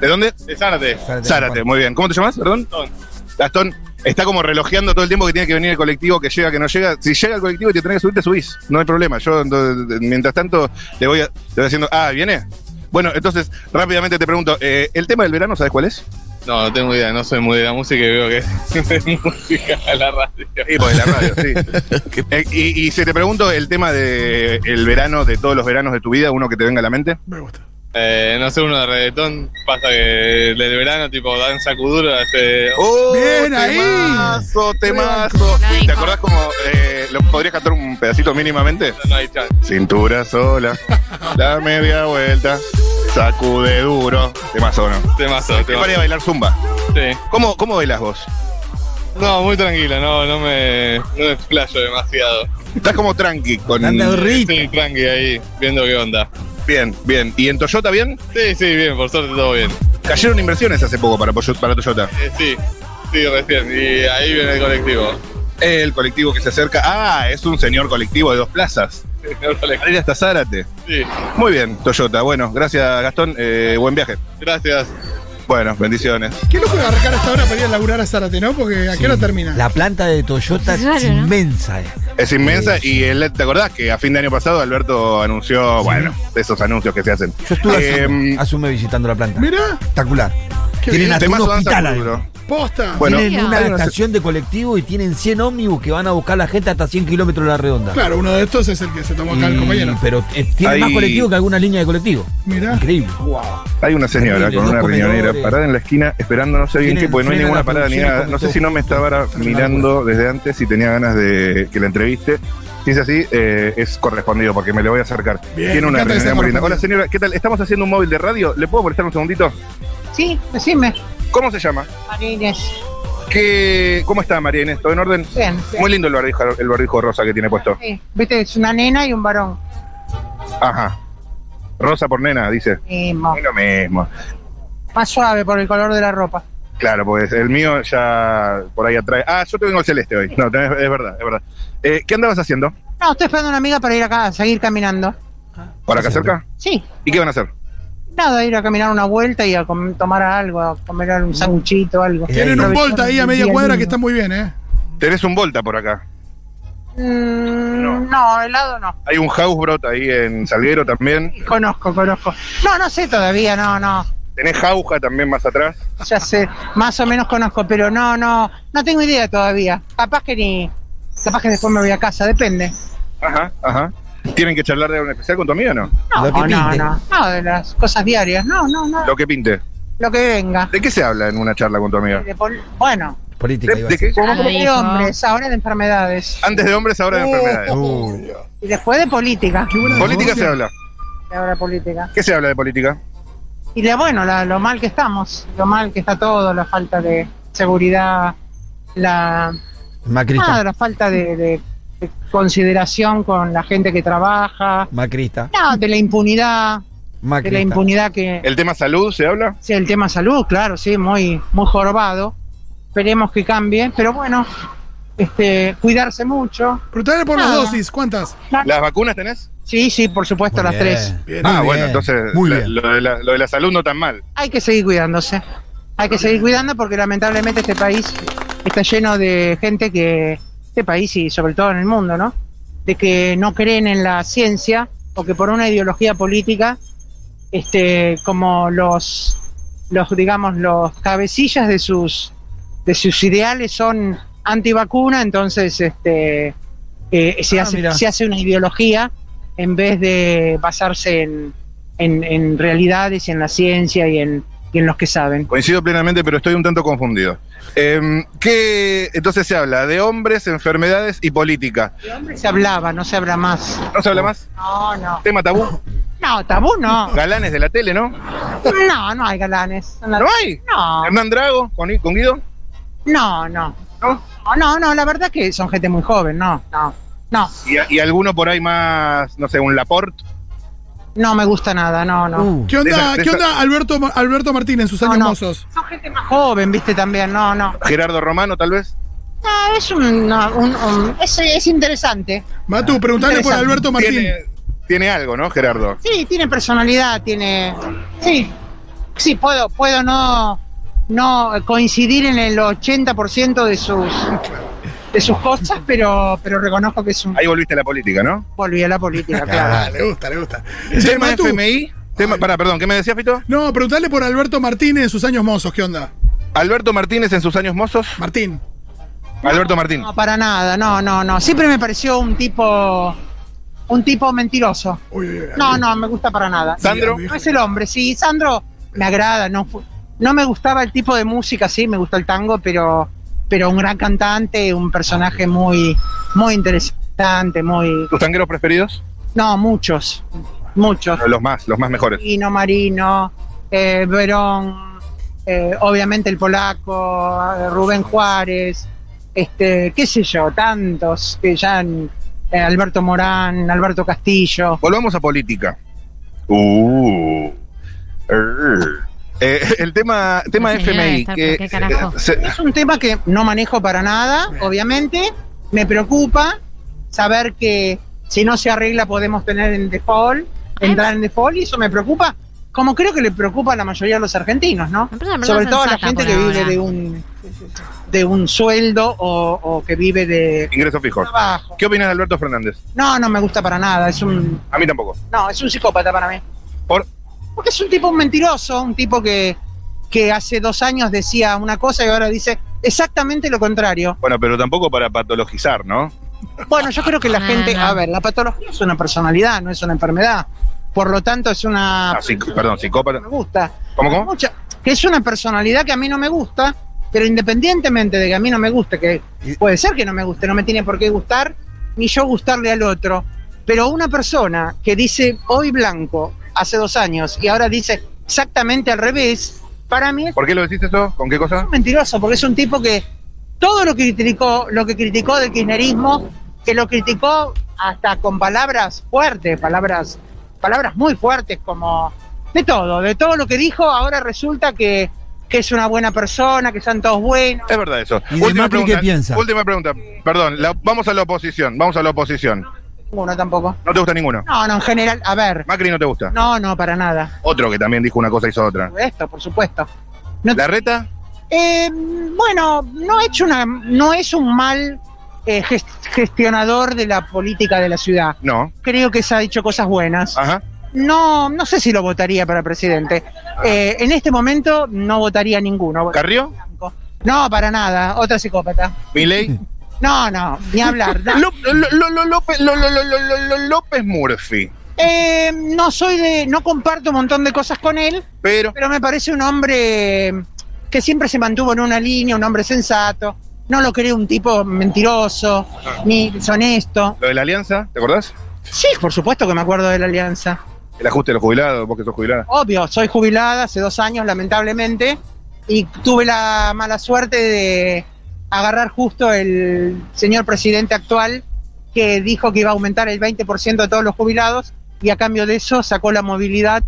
Speaker 5: ¿De dónde?
Speaker 7: De Zárate.
Speaker 2: Zárate.
Speaker 5: Zárate, muy bien. ¿Cómo te llamas? Perdón.
Speaker 7: Gastón.
Speaker 5: Gastón está como relojeando todo el tiempo que tiene que venir el colectivo, que llega, que no llega. Si llega el colectivo y te tenés que subir, te subís. No hay problema. Yo, ento- mientras tanto, le voy, a- le voy haciendo. Ah, ¿viene? Bueno, entonces, rápidamente te pregunto, eh, ¿el tema del verano sabes cuál es?
Speaker 7: No, no tengo idea, no soy muy de la música y veo que es música a la radio.
Speaker 5: Sí, pues la radio, sí. Eh, y, y si te pregunto el tema del el verano, de todos los veranos de tu vida, uno que te venga a la mente.
Speaker 1: Me gusta.
Speaker 7: Eh, no sé, uno de reggaetón, pasa que el del verano, tipo, danza Kuduro, hace...
Speaker 5: ¡Oh,
Speaker 1: Bien ahí.
Speaker 5: temazo, temazo!
Speaker 3: Muy bien.
Speaker 5: ¿Te acordás como eh, lo podrías cantar un pedacito mínimamente?
Speaker 7: No hay chance.
Speaker 5: Cintura sola, la media vuelta, sacude duro. Temazo, ¿no?
Speaker 7: Temazo,
Speaker 5: Te paré a
Speaker 7: temazo.
Speaker 5: bailar zumba.
Speaker 7: Sí.
Speaker 5: ¿Cómo, cómo bailas vos?
Speaker 7: No, muy tranquilo, no, no me, no me explayo demasiado.
Speaker 5: Estás como tranqui con...
Speaker 2: Anda rico.
Speaker 7: Sí, tranqui ahí, viendo qué onda.
Speaker 5: Bien, bien. ¿Y en Toyota bien?
Speaker 7: Sí, sí, bien, por suerte todo bien.
Speaker 5: Cayeron inversiones hace poco para, Poyo- para Toyota.
Speaker 7: Eh, sí, sí, recién. Y ahí viene el colectivo.
Speaker 5: El colectivo que se acerca... Ah, es un señor colectivo de dos plazas.
Speaker 7: El colectivo.
Speaker 5: Para ir hasta Zárate.
Speaker 7: Sí,
Speaker 5: Muy bien, Toyota. Bueno, gracias Gastón. Eh, buen viaje.
Speaker 7: gracias.
Speaker 5: Bueno, bendiciones.
Speaker 1: Qué loco arrancar hasta ahora para ir a laburar a Zárate, ¿no? Porque ¿a qué hora termina?
Speaker 2: La planta de Toyota
Speaker 3: Claro,
Speaker 2: es
Speaker 3: ¿no?
Speaker 2: inmensa. eh.
Speaker 5: Es inmensa y el- te acordás que a fin de año pasado Alberto anunció, bueno, esos anuncios que se hacen.
Speaker 2: Yo estuve
Speaker 5: Eh,
Speaker 2: asume, asume visitando la planta.
Speaker 1: Mirá.
Speaker 2: Espectacular.
Speaker 1: Qué
Speaker 2: Tienen
Speaker 1: bien.
Speaker 2: hasta un
Speaker 5: Temazo danza
Speaker 2: hospital
Speaker 5: Kuduro.
Speaker 2: adentro.
Speaker 1: Posta.
Speaker 5: Bueno.
Speaker 2: tienen una
Speaker 5: hay una-
Speaker 2: estación de colectivo y tienen 100 ómnibus que van a buscar a la gente hasta 100 kilómetros de la redonda.
Speaker 1: Claro, uno de estos es el que se tomó acá el
Speaker 2: Y-
Speaker 1: compañero.
Speaker 2: pero eh, tiene
Speaker 5: Ahí-
Speaker 2: más colectivo que algunas líneas de colectivo.
Speaker 1: Mirá.
Speaker 2: Increíble.
Speaker 5: Hay una señora
Speaker 2: Terrible,
Speaker 5: con
Speaker 2: dos
Speaker 5: una
Speaker 2: comedores.
Speaker 5: riñonera parada en la esquina esperando no sé bien
Speaker 2: Tienen
Speaker 5: qué, porque no hay
Speaker 2: freno a la
Speaker 5: ninguna parada ni
Speaker 2: producción y
Speaker 5: nada.
Speaker 2: como
Speaker 5: No sé
Speaker 2: todo.
Speaker 5: si no me estaba
Speaker 2: Hacen una
Speaker 5: mirando desde antes y tenía ganas de que la entreviste. Si es así, eh, es correspondido porque me le voy a acercar.
Speaker 1: Bien,
Speaker 5: Tiene
Speaker 1: me
Speaker 5: una
Speaker 1: encanta que sea
Speaker 5: riñonera muy linda.
Speaker 1: correspondido.
Speaker 5: Hola señora, ¿qué tal? Estamos haciendo un móvil de radio. ¿Le puedo molestar un segundito?
Speaker 6: Sí, decime,
Speaker 5: ¿Cómo se llama?
Speaker 6: María Inés.
Speaker 5: ¿Qué, ¿Cómo está María Inés? ¿Todo en orden?
Speaker 6: Bien, bien.
Speaker 5: Muy lindo el barbijo, el barbijo rosa que tiene puesto.
Speaker 6: Sí, Viste, es una nena y un varón.
Speaker 5: Ajá. Rosa por nena, dice.
Speaker 6: Mismo.
Speaker 2: Ah.
Speaker 5: Es lo mismo.
Speaker 6: Más suave por el color de la ropa.
Speaker 5: Claro, pues el mío ya por ahí atrae. Ah, yo te vengo el celeste hoy. No, tenés- es verdad, es verdad. Eh, ¿Qué andabas haciendo?
Speaker 6: No, estoy esperando a una amiga para ir acá, a seguir caminando.
Speaker 5: ¿Por acá cerca?
Speaker 6: Sí,
Speaker 5: ¿Y qué van a hacer?
Speaker 6: nada, ir a caminar una vuelta y a com- tomar algo, a comer un sanguchito, algo.
Speaker 1: Tienen un
Speaker 6: Aprovechar
Speaker 1: volta ahí a
Speaker 6: el
Speaker 1: media
Speaker 6: día
Speaker 1: cuadra
Speaker 6: lindo.
Speaker 1: que está muy bien, ¿eh?
Speaker 5: Tenés un Volta por acá.
Speaker 6: Mm,
Speaker 5: No.
Speaker 6: no. no, helado no.
Speaker 5: Hay un Hausbrot ahí en Salguero también.
Speaker 6: Conozco, conozco. No, no sé todavía, no, no.
Speaker 5: Tenés Jauja también más atrás.
Speaker 6: Ya sé, más o menos conozco, pero no, no, no tengo idea todavía. Capaz que ni. Capaz que después me voy a casa, depende.
Speaker 5: Ajá, ajá. ¿Tienen que charlar de algo en especial con tu amiga o no?
Speaker 6: No,
Speaker 2: Lo que
Speaker 6: no,
Speaker 2: pinte.
Speaker 6: no, no, de las cosas diarias, no, no, no,
Speaker 5: Lo que pinte.
Speaker 6: lo que venga.
Speaker 5: ¿De qué se habla en una charla con tu amiga?
Speaker 6: De pol- bueno,
Speaker 2: Política.
Speaker 5: ¿De,
Speaker 2: iba a
Speaker 5: de qué?
Speaker 3: Ah,
Speaker 6: como de
Speaker 3: hijo.
Speaker 6: hombres, ahora de enfermedades.
Speaker 5: Antes de hombres, ahora de enfermedades.
Speaker 2: decir. Uh,
Speaker 6: Y después de política,
Speaker 1: Qué buena
Speaker 5: ¿Política se
Speaker 1: negocio.
Speaker 5: habla?
Speaker 6: y ahora política.
Speaker 5: ¿Qué se habla de política?
Speaker 6: Y de, bueno, la- lo mal que estamos, lo mal que está todo, la falta de seguridad, la,
Speaker 2: macrista.
Speaker 6: nada, la falta de, de- de consideración con la gente que trabaja,
Speaker 2: Macrista.
Speaker 6: no, de la impunidad, de la
Speaker 2: Macrista.
Speaker 6: impunidad que...
Speaker 5: ¿El tema salud se habla?
Speaker 6: Sí, el tema salud, claro, sí, muy, muy jorobado. Esperemos que cambie, pero bueno, este, cuidarse mucho.
Speaker 1: Preguntale por las
Speaker 6: Nada.
Speaker 1: dosis, ¿cuántas?
Speaker 5: ¿Las vacunas tenés?
Speaker 6: Sí, sí, por supuesto,
Speaker 2: Muy
Speaker 6: las
Speaker 2: bien.
Speaker 6: tres.
Speaker 1: Bien.
Speaker 5: Ah,
Speaker 2: Muy
Speaker 5: bueno,
Speaker 2: bien,
Speaker 5: entonces
Speaker 2: muy
Speaker 5: la-
Speaker 2: bien.
Speaker 5: lo, de la, lo de la salud no tan mal.
Speaker 6: Hay que seguir cuidándose. Hay que seguir cuidando porque lamentablemente este país está lleno de gente que, este país y sobre todo en el mundo, ¿no? De que no creen en la ciencia o que por una ideología política, este, como los, los digamos, los cabecillas de sus, de sus ideales son antivacuna, entonces, este, eh, se,
Speaker 2: Ah,
Speaker 6: hace,
Speaker 2: mira.
Speaker 6: se hace una ideología en vez de basarse en, en, en realidades y en la ciencia y en, y en los que saben.
Speaker 5: Coincido plenamente, pero estoy un tanto confundido. Em, ¿qué- entonces se habla de hombres, enfermedades y política.
Speaker 6: Se hablaba, no se habla más.
Speaker 5: ¿No se habla
Speaker 1: Oh.
Speaker 5: más?
Speaker 6: No, no.
Speaker 5: Tema tabú.
Speaker 6: No, tabú no.
Speaker 5: Galanes de la tele, ¿no?
Speaker 6: No, no hay galanes. No,
Speaker 5: ¿No hay?
Speaker 6: no,
Speaker 5: Hernán Drago con, con Guido.
Speaker 6: no. No, no, no, no, la verdad que son gente muy joven, no, no. No,
Speaker 5: Y, a- y alguno por ahí más, no sé, un Laporte.
Speaker 6: no me gusta nada, no, no.
Speaker 2: Uh,
Speaker 1: ¿Qué onda,
Speaker 5: De esa- de
Speaker 1: ¿qué
Speaker 5: esa-
Speaker 1: onda Alberto, Alberto Martín en sus
Speaker 6: No,
Speaker 1: años
Speaker 6: no.
Speaker 1: mozos?
Speaker 6: Son gente más joven, viste, también, no, no.
Speaker 5: Gerardo Romano, tal vez.
Speaker 6: No, es un, no, un- un- es, es interesante.
Speaker 1: Matu, preguntale por
Speaker 6: Interesante.
Speaker 1: Alberto Martín.
Speaker 5: Tiene, tiene algo, ¿no, Gerardo?
Speaker 6: Sí, tiene personalidad, tiene. Sí, sí, puedo, puedo no, no coincidir en el 80% de sus de sus cosas, pero, pero reconozco que es un.
Speaker 5: Ahí volviste a la política, ¿no?
Speaker 6: Volví a la política, claro.
Speaker 1: Ah, le gusta, le gusta. Che,
Speaker 5: Tema
Speaker 1: Matu,
Speaker 5: FMI. Tema, pará, perdón, ¿qué me decías, Fito?
Speaker 1: no, preguntale por Alberto Martín en sus años mozos, ¿qué onda?
Speaker 5: Alberto Martínez en sus años mozos.
Speaker 1: Martín.
Speaker 5: Alberto Martín.
Speaker 6: No, para nada, no, no, no. Siempre me pareció un tipo. Un tipo mentiroso.
Speaker 1: Uy, uy, uy.
Speaker 6: No, no, me gusta para nada.
Speaker 5: Sandro.
Speaker 6: No es el hombre, sí, Sandro me agrada, no, fu- no me gustaba el tipo de música, sí, me gustó el tango, pero, pero un gran cantante, un personaje muy, muy interesante, muy...
Speaker 5: ¿Tus tangueros preferidos?
Speaker 6: No, muchos, muchos.
Speaker 5: Los más, los más mejores.
Speaker 6: Marino, Marino, eh, Verón, eh, obviamente el polaco, eh, Rubén Juárez, este, qué sé yo, tantos, que ya... en- eh, Alberto Morán, Alberto Castillo.
Speaker 5: Volvamos a política. Uh. Err. Eh, el tema, tema
Speaker 3: Sí, señora,
Speaker 5: FMI.
Speaker 3: está-
Speaker 5: que- eh,
Speaker 3: ¿qué carajo?
Speaker 5: se-
Speaker 6: Es un tema que no manejo para nada, obviamente. Me preocupa saber que si no se arregla podemos tener en default, entrar en default, y eso me preocupa, como creo que le preocupa a la mayoría de los argentinos, ¿no?
Speaker 3: Me parece una persona
Speaker 6: Sobre todo a la
Speaker 3: sensata
Speaker 6: gente
Speaker 3: por
Speaker 6: que vive
Speaker 3: ahora.
Speaker 6: de un, de un sueldo o, o que vive de
Speaker 5: ingresos fijos.
Speaker 6: trabajo.
Speaker 5: ¿Qué opinas de Alberto Fernández?
Speaker 6: No, no me gusta para nada, es un,
Speaker 5: A mí tampoco.
Speaker 6: no, es un psicópata para mí.
Speaker 5: Por,
Speaker 6: Porque es un tipo mentiroso, un tipo que, que hace dos años decía una cosa y ahora dice exactamente lo contrario.
Speaker 5: Bueno, pero tampoco para patologizar, ¿no?
Speaker 6: Bueno, yo creo que la
Speaker 3: No,
Speaker 6: gente,
Speaker 3: no.
Speaker 6: a ver, la patología es una personalidad, no es una enfermedad. Por lo tanto, es una...
Speaker 5: Ah, sí, perdón, psicópata.
Speaker 6: No me gusta.
Speaker 5: ¿Cómo, cómo?
Speaker 6: Mucha- que es una personalidad que a mí no me gusta, pero independientemente de que a mí no me guste, que puede ser que no me guste, no me tiene por qué gustar, ni yo gustarle al otro, pero una persona que dice hoy blanco hace dos años y ahora dice exactamente al revés, para mí es
Speaker 5: ¿Por qué lo decís eso? ¿Con qué cosa?
Speaker 6: un mentiroso, porque es un tipo que todo lo que criticó, lo que criticó del kirchnerismo, que lo criticó hasta con palabras fuertes, palabras, palabras muy fuertes, como de todo, de todo lo que dijo, ahora resulta que, que es una buena persona, que son todos buenos.
Speaker 5: Es verdad eso.
Speaker 2: ¿Y de Macri qué piensa?
Speaker 5: Última pregunta. Perdón, la- vamos a la oposición. Vamos a la oposición.
Speaker 6: Ninguno tampoco.
Speaker 5: No te gusta ninguno.
Speaker 6: No, no, en general, a ver.
Speaker 5: Macri no te gusta.
Speaker 6: No, no, para nada.
Speaker 5: Otro que también dijo una cosa hizo otra.
Speaker 6: Esto, por supuesto. No-
Speaker 5: ¿La reta?
Speaker 6: Eh, bueno, no, ha hecho una, no es un mal eh, gest- gestionador de la política de la ciudad.
Speaker 5: No.
Speaker 6: Creo que se ha dicho cosas buenas.
Speaker 5: Ajá.
Speaker 6: No, no sé si lo votaría para presidente. Eh, en este momento no votaría ninguno.
Speaker 5: ¿Carrió?
Speaker 6: Blanco. No, para nada. Otra psicópata.
Speaker 5: ¿Milei?
Speaker 6: No, no, ni hablar. no.
Speaker 5: Ló- Ló- Ló- Ló- López- Ló- Ló- Ló- Ló- Ló- López Murphy.
Speaker 6: Eh, no soy de, no comparto un montón de cosas con él,
Speaker 5: Pero
Speaker 6: pero me parece un hombre que siempre se mantuvo en una línea, un hombre sensato. No lo creo un tipo mentiroso, ni deshonesto.
Speaker 5: lo de la alianza, ¿te acordás?
Speaker 6: Sí, por supuesto que me acuerdo de la alianza.
Speaker 5: El ajuste de los jubilados, vos que sos jubilada.
Speaker 6: Obvio, soy jubilada hace dos años, lamentablemente, y tuve la mala suerte de agarrar justo el señor presidente actual que dijo que iba a aumentar el 20% de todos los jubilados y a cambio de eso sacó la movilidad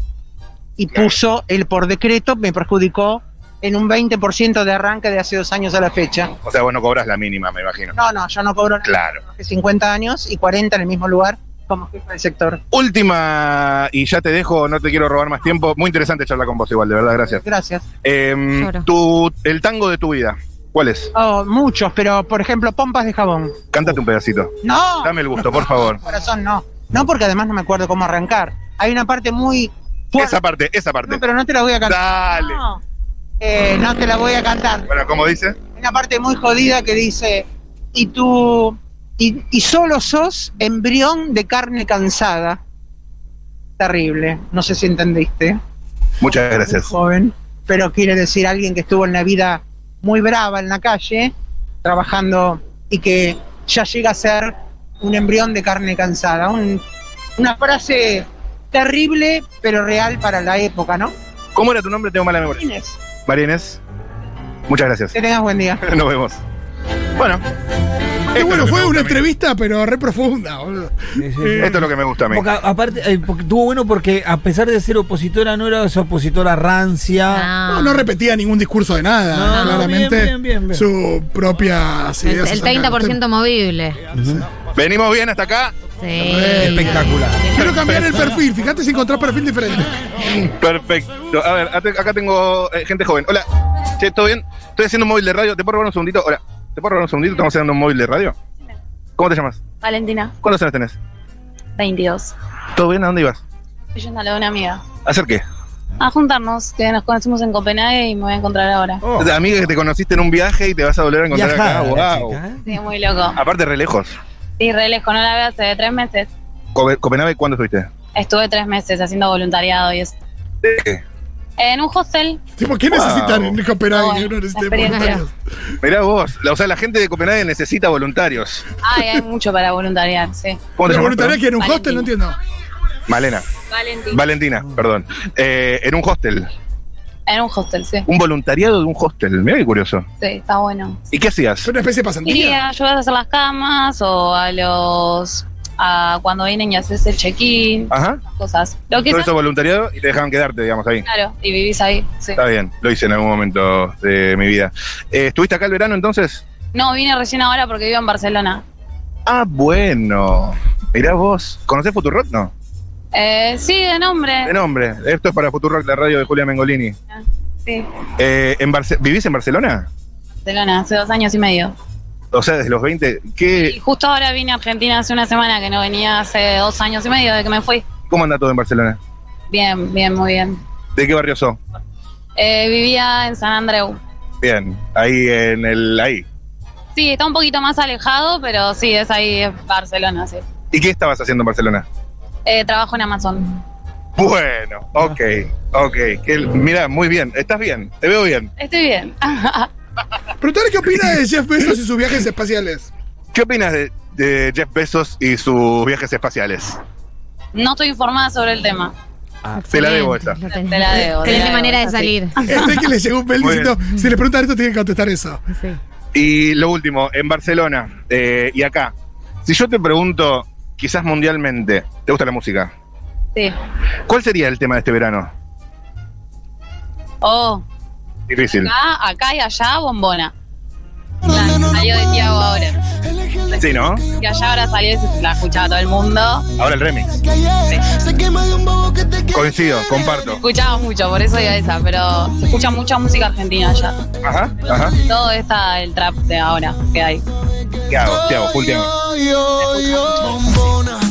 Speaker 6: y puso el por decreto, me perjudicó en un 20% de arranque de hace dos años a la fecha.
Speaker 5: O sea, vos no cobras la mínima, me imagino.
Speaker 6: No, no, yo no cobro nada,
Speaker 5: Claro.
Speaker 6: trabajé 50 años y 40 en el mismo lugar como jefe del sector.
Speaker 5: Última, y ya te dejo, no te quiero robar más tiempo. Muy interesante charlar con vos igual, de verdad, gracias.
Speaker 6: Gracias.
Speaker 5: Em,
Speaker 3: Lloro.
Speaker 5: tu, el tango de tu vida, ¿cuál es?
Speaker 6: Oh, muchos, pero por ejemplo, pompas de jabón.
Speaker 5: Cántate un pedacito.
Speaker 6: No.
Speaker 5: Dame el gusto, por favor.
Speaker 6: corazón no. No, porque además no me acuerdo cómo arrancar. Hay una parte muy fuerte.
Speaker 5: Esa parte, esa parte.
Speaker 6: No, pero no te la voy a cantar.
Speaker 5: Dale.
Speaker 6: No. Eh, no te la voy a cantar.
Speaker 5: Bueno, como dice?
Speaker 6: Hay una parte muy jodida que dice, y tú, y, y solo sos embrión de carne cansada. Terrible. No sé si entendiste.
Speaker 5: Muchas gracias.
Speaker 6: Joven. Pero quiere decir alguien que estuvo en la vida muy brava en la calle, trabajando y que ya llega a ser un embrión de carne cansada. Un- una frase terrible, pero real para la época, ¿no?
Speaker 5: ¿Cómo era tu nombre? Tengo mala memoria.
Speaker 6: Inés,
Speaker 5: María Inés, muchas gracias.
Speaker 6: que tengas buen día.
Speaker 5: Nos vemos. Bueno.
Speaker 1: Qué
Speaker 5: esto es lo
Speaker 1: bueno,
Speaker 5: que me
Speaker 1: fue
Speaker 5: gusta
Speaker 1: una
Speaker 5: a mí.
Speaker 1: entrevista, pero re profunda, boludo. Eh,
Speaker 5: Esto es lo que me gusta a mí.
Speaker 2: Porque a- aparte, eh, porque estuvo bueno porque a pesar de ser opositora, no era esa opositora
Speaker 6: Ah.
Speaker 2: rancia.
Speaker 3: Ah.
Speaker 1: No, no repetía ningún discurso de nada,
Speaker 2: No, no,
Speaker 1: claramente.
Speaker 2: bien, bien, bien, bien.
Speaker 1: Su propia
Speaker 3: El, el 30% movible.
Speaker 5: Venimos bien hasta acá.
Speaker 3: Sí.
Speaker 6: Eh.
Speaker 2: Espectacular.
Speaker 1: Quiero cambiar el perfil, fíjate si encontrás perfil diferente.
Speaker 5: Perfecto. A ver, ate- acá tengo eh, gente joven. Hola. Che, ¿todo bien? Estoy haciendo un móvil de radio. ¿Te puedo robar un segundito? Hola. ¿Te puedo robar un segundito? Estamos haciendo un móvil de radio. ¿Cómo te llamas?
Speaker 8: Valentina,
Speaker 5: ¿Cuántos años tenés?
Speaker 8: 22.
Speaker 5: ¿Todo bien? ¿A dónde ibas?
Speaker 8: Estoy yendo a la de una amiga.
Speaker 5: ¿A ¿Hacer qué?
Speaker 8: A juntarnos, que nos conocimos en Copenhague y me voy a encontrar ahora.
Speaker 2: Oh.
Speaker 5: Amiga que te conociste en un viaje y te vas a volver a encontrar
Speaker 2: Viajada la
Speaker 5: acá. Wow.
Speaker 2: chica, ¿eh?
Speaker 8: Sí, muy loco.
Speaker 5: Aparte, re lejos.
Speaker 8: Y re lejos, no la veo hace tres meses.
Speaker 5: Cope- Copenhague, ¿cuándo estuviste?
Speaker 8: Estuve tres meses haciendo voluntariado y eso.
Speaker 5: ¿De qué?
Speaker 8: En un hostel.
Speaker 1: Tipo, ¿qué necesitan
Speaker 5: Wow.
Speaker 1: en este, Copenhague?
Speaker 8: Bueno,
Speaker 1: Uno necesita
Speaker 8: la experiencia.
Speaker 1: voluntarios.
Speaker 5: Mirá vos. La- O sea, la gente de Copenhague necesita voluntarios.
Speaker 8: Ay, hay mucho para voluntariar, sí.
Speaker 5: ¿Cómo te
Speaker 1: Pero
Speaker 5: llamas?
Speaker 1: voluntarios que en un
Speaker 8: Valentín.
Speaker 1: hostel, no entiendo.
Speaker 5: perdón? Malena.
Speaker 8: Valentina.
Speaker 5: Valentina, perdón. Eh, en un hostel.
Speaker 8: En un hostel, sí.
Speaker 5: Un voluntariado de un hostel. Mirá qué curioso.
Speaker 8: Sí, está bueno.
Speaker 5: ¿Y qué hacías?
Speaker 1: Es una especie de pasantía.
Speaker 8: Iría, ayudas a hacer las camas o a los. a cuando vienen y haces el check-in,
Speaker 5: Ajá.
Speaker 8: cosas. Lo que
Speaker 5: Todo
Speaker 8: son,
Speaker 5: eso voluntariado y te dejaban quedarte, digamos, ahí.
Speaker 8: claro, y vivís ahí, sí.
Speaker 5: Está bien, lo hice en algún momento de mi vida. Eh, ¿Estuviste acá el verano entonces?
Speaker 8: No, vine recién ahora porque vivo en Barcelona.
Speaker 5: Ah, bueno. Mirá vos. ¿Conocés Futurock? No.
Speaker 8: Eh, sí, de nombre.
Speaker 5: De nombre. Esto es para Futurock, la radio de Julia Mengolini.
Speaker 8: Sí,
Speaker 5: Eh, en Barce- ¿Vivís en Barcelona?
Speaker 8: Barcelona, hace dos años y medio.
Speaker 5: O sea, desde los 20.
Speaker 8: Y
Speaker 5: ¿Qué,
Speaker 8: justo ahora vine a Argentina hace una semana que no venía hace dos años y medio de que me fui.
Speaker 5: ¿Cómo anda todo en Barcelona?
Speaker 8: Bien, bien, muy bien.
Speaker 5: ¿De qué barrio sos?
Speaker 8: Eh, vivía en San Andreu.
Speaker 5: Bien, ahí en el. ahí.
Speaker 8: Sí, está un poquito más alejado, pero sí, es ahí, es Barcelona, sí.
Speaker 5: ¿Y qué estabas haciendo en Barcelona?
Speaker 8: Eh, trabajo en Amazon.
Speaker 5: Bueno, ok, ok. Que- Mira, muy bien. ¿Estás bien? ¿Te veo bien?
Speaker 8: Estoy bien.
Speaker 1: Preguntarle qué opina de Jeff Bezos y sus viajes espaciales.
Speaker 5: ¿Qué opinas de, de Jeff Bezos y sus viajes espaciales?
Speaker 8: No estoy informada sobre el tema.
Speaker 5: Te la debo
Speaker 3: Excelente,
Speaker 5: esa.
Speaker 3: lo tenés.
Speaker 8: Te la debo, te la
Speaker 3: Excelente
Speaker 8: debo,
Speaker 3: manera de
Speaker 8: es así.
Speaker 3: salir.
Speaker 9: Ah,
Speaker 1: Este que le llegó un mail
Speaker 5: Muy
Speaker 1: diciendo, si le preguntan esto, tienen que contestar eso.
Speaker 3: Sí.
Speaker 5: Y lo último, en Barcelona eh, y acá. Si yo te pregunto, quizás mundialmente, ¿te gusta la música?
Speaker 8: Sí.
Speaker 5: ¿Cuál sería el tema de este verano?
Speaker 8: Oh,
Speaker 5: Difícil.
Speaker 9: Ah.
Speaker 8: acá, acá y allá, bombona. La que salió de Tiago ahora.
Speaker 5: Sí, ¿no?
Speaker 8: Que allá ahora salió y se la escuchaba todo el mundo.
Speaker 5: Ahora el remix. Coincido, comparto.
Speaker 8: Escuchaba mucho, por eso digo esa, pero se escucha mucha música argentina allá.
Speaker 5: Ajá, ajá.
Speaker 8: Todo está el trap de ahora que hay.
Speaker 5: ¿Qué hago? ¿Qué hago? Full tema.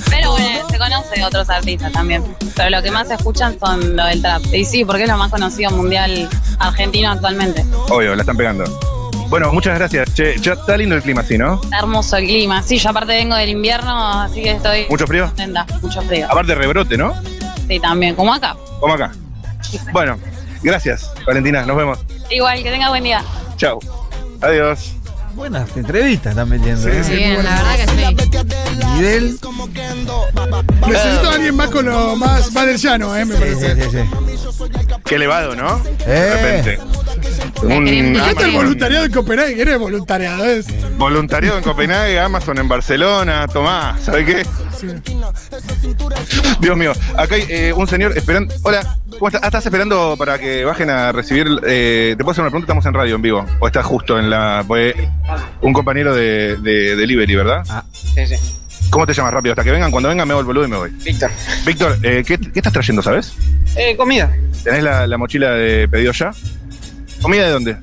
Speaker 8: Pero bueno, se conocen otros artistas también. Pero lo que más se escuchan son lo del trap. Y sí, porque es lo más conocido mundial argentino actualmente.
Speaker 5: Obvio, la están pegando. Bueno, muchas gracias. Che, ya está lindo el clima así, ¿no?
Speaker 8: Está hermoso el clima. Sí, yo aparte vengo del invierno, así que estoy
Speaker 5: ¿Mucho frío?
Speaker 8: contenta. Mucho frío.
Speaker 5: Aparte rebrote, ¿no?
Speaker 8: Sí, también, como acá.
Speaker 5: Como acá. Bueno, gracias, Valentina. Nos vemos.
Speaker 8: Igual, que tenga buen día.
Speaker 5: Chau. Adiós.
Speaker 2: Buenas entrevistas están metiendo. ¿eh?
Speaker 1: Sí,
Speaker 3: Muy bien,
Speaker 1: muy
Speaker 3: la verdad que sí.
Speaker 2: Nivel.
Speaker 1: Necesito a alguien más con lo más, más del llano, eh, me
Speaker 2: Sí,
Speaker 1: parece.
Speaker 2: sí, sí, sí.
Speaker 5: Qué elevado, ¿no?
Speaker 2: Eh.
Speaker 5: De repente. Un
Speaker 3: queremos.
Speaker 1: Este es el
Speaker 5: Amazon.
Speaker 1: voluntariado en Copenhague, eres voluntariado, es.
Speaker 5: Voluntariado en Copenhague, Amazon en Barcelona, Tomás, ¿sabes qué? Dios mío, acá hay eh, un señor esperando. Hola, ¿cómo estás? Ah, ¿Estás esperando para que bajen a recibir? eh, ¿Te puedo hacer una pregunta? Estamos en radio en vivo. O estás justo en la. pues, un compañero de, de delivery, ¿verdad?
Speaker 2: Ah.
Speaker 10: Sí, sí.
Speaker 5: ¿Cómo te llamas rápido? Hasta que vengan, cuando vengan me hago el boludo y me voy.
Speaker 10: Víctor.
Speaker 5: Víctor, eh, ¿qué, qué estás trayendo, sabes?
Speaker 10: Eh, comida.
Speaker 5: ¿Tenés la, la mochila de pedido ya? ¿Comida de dónde?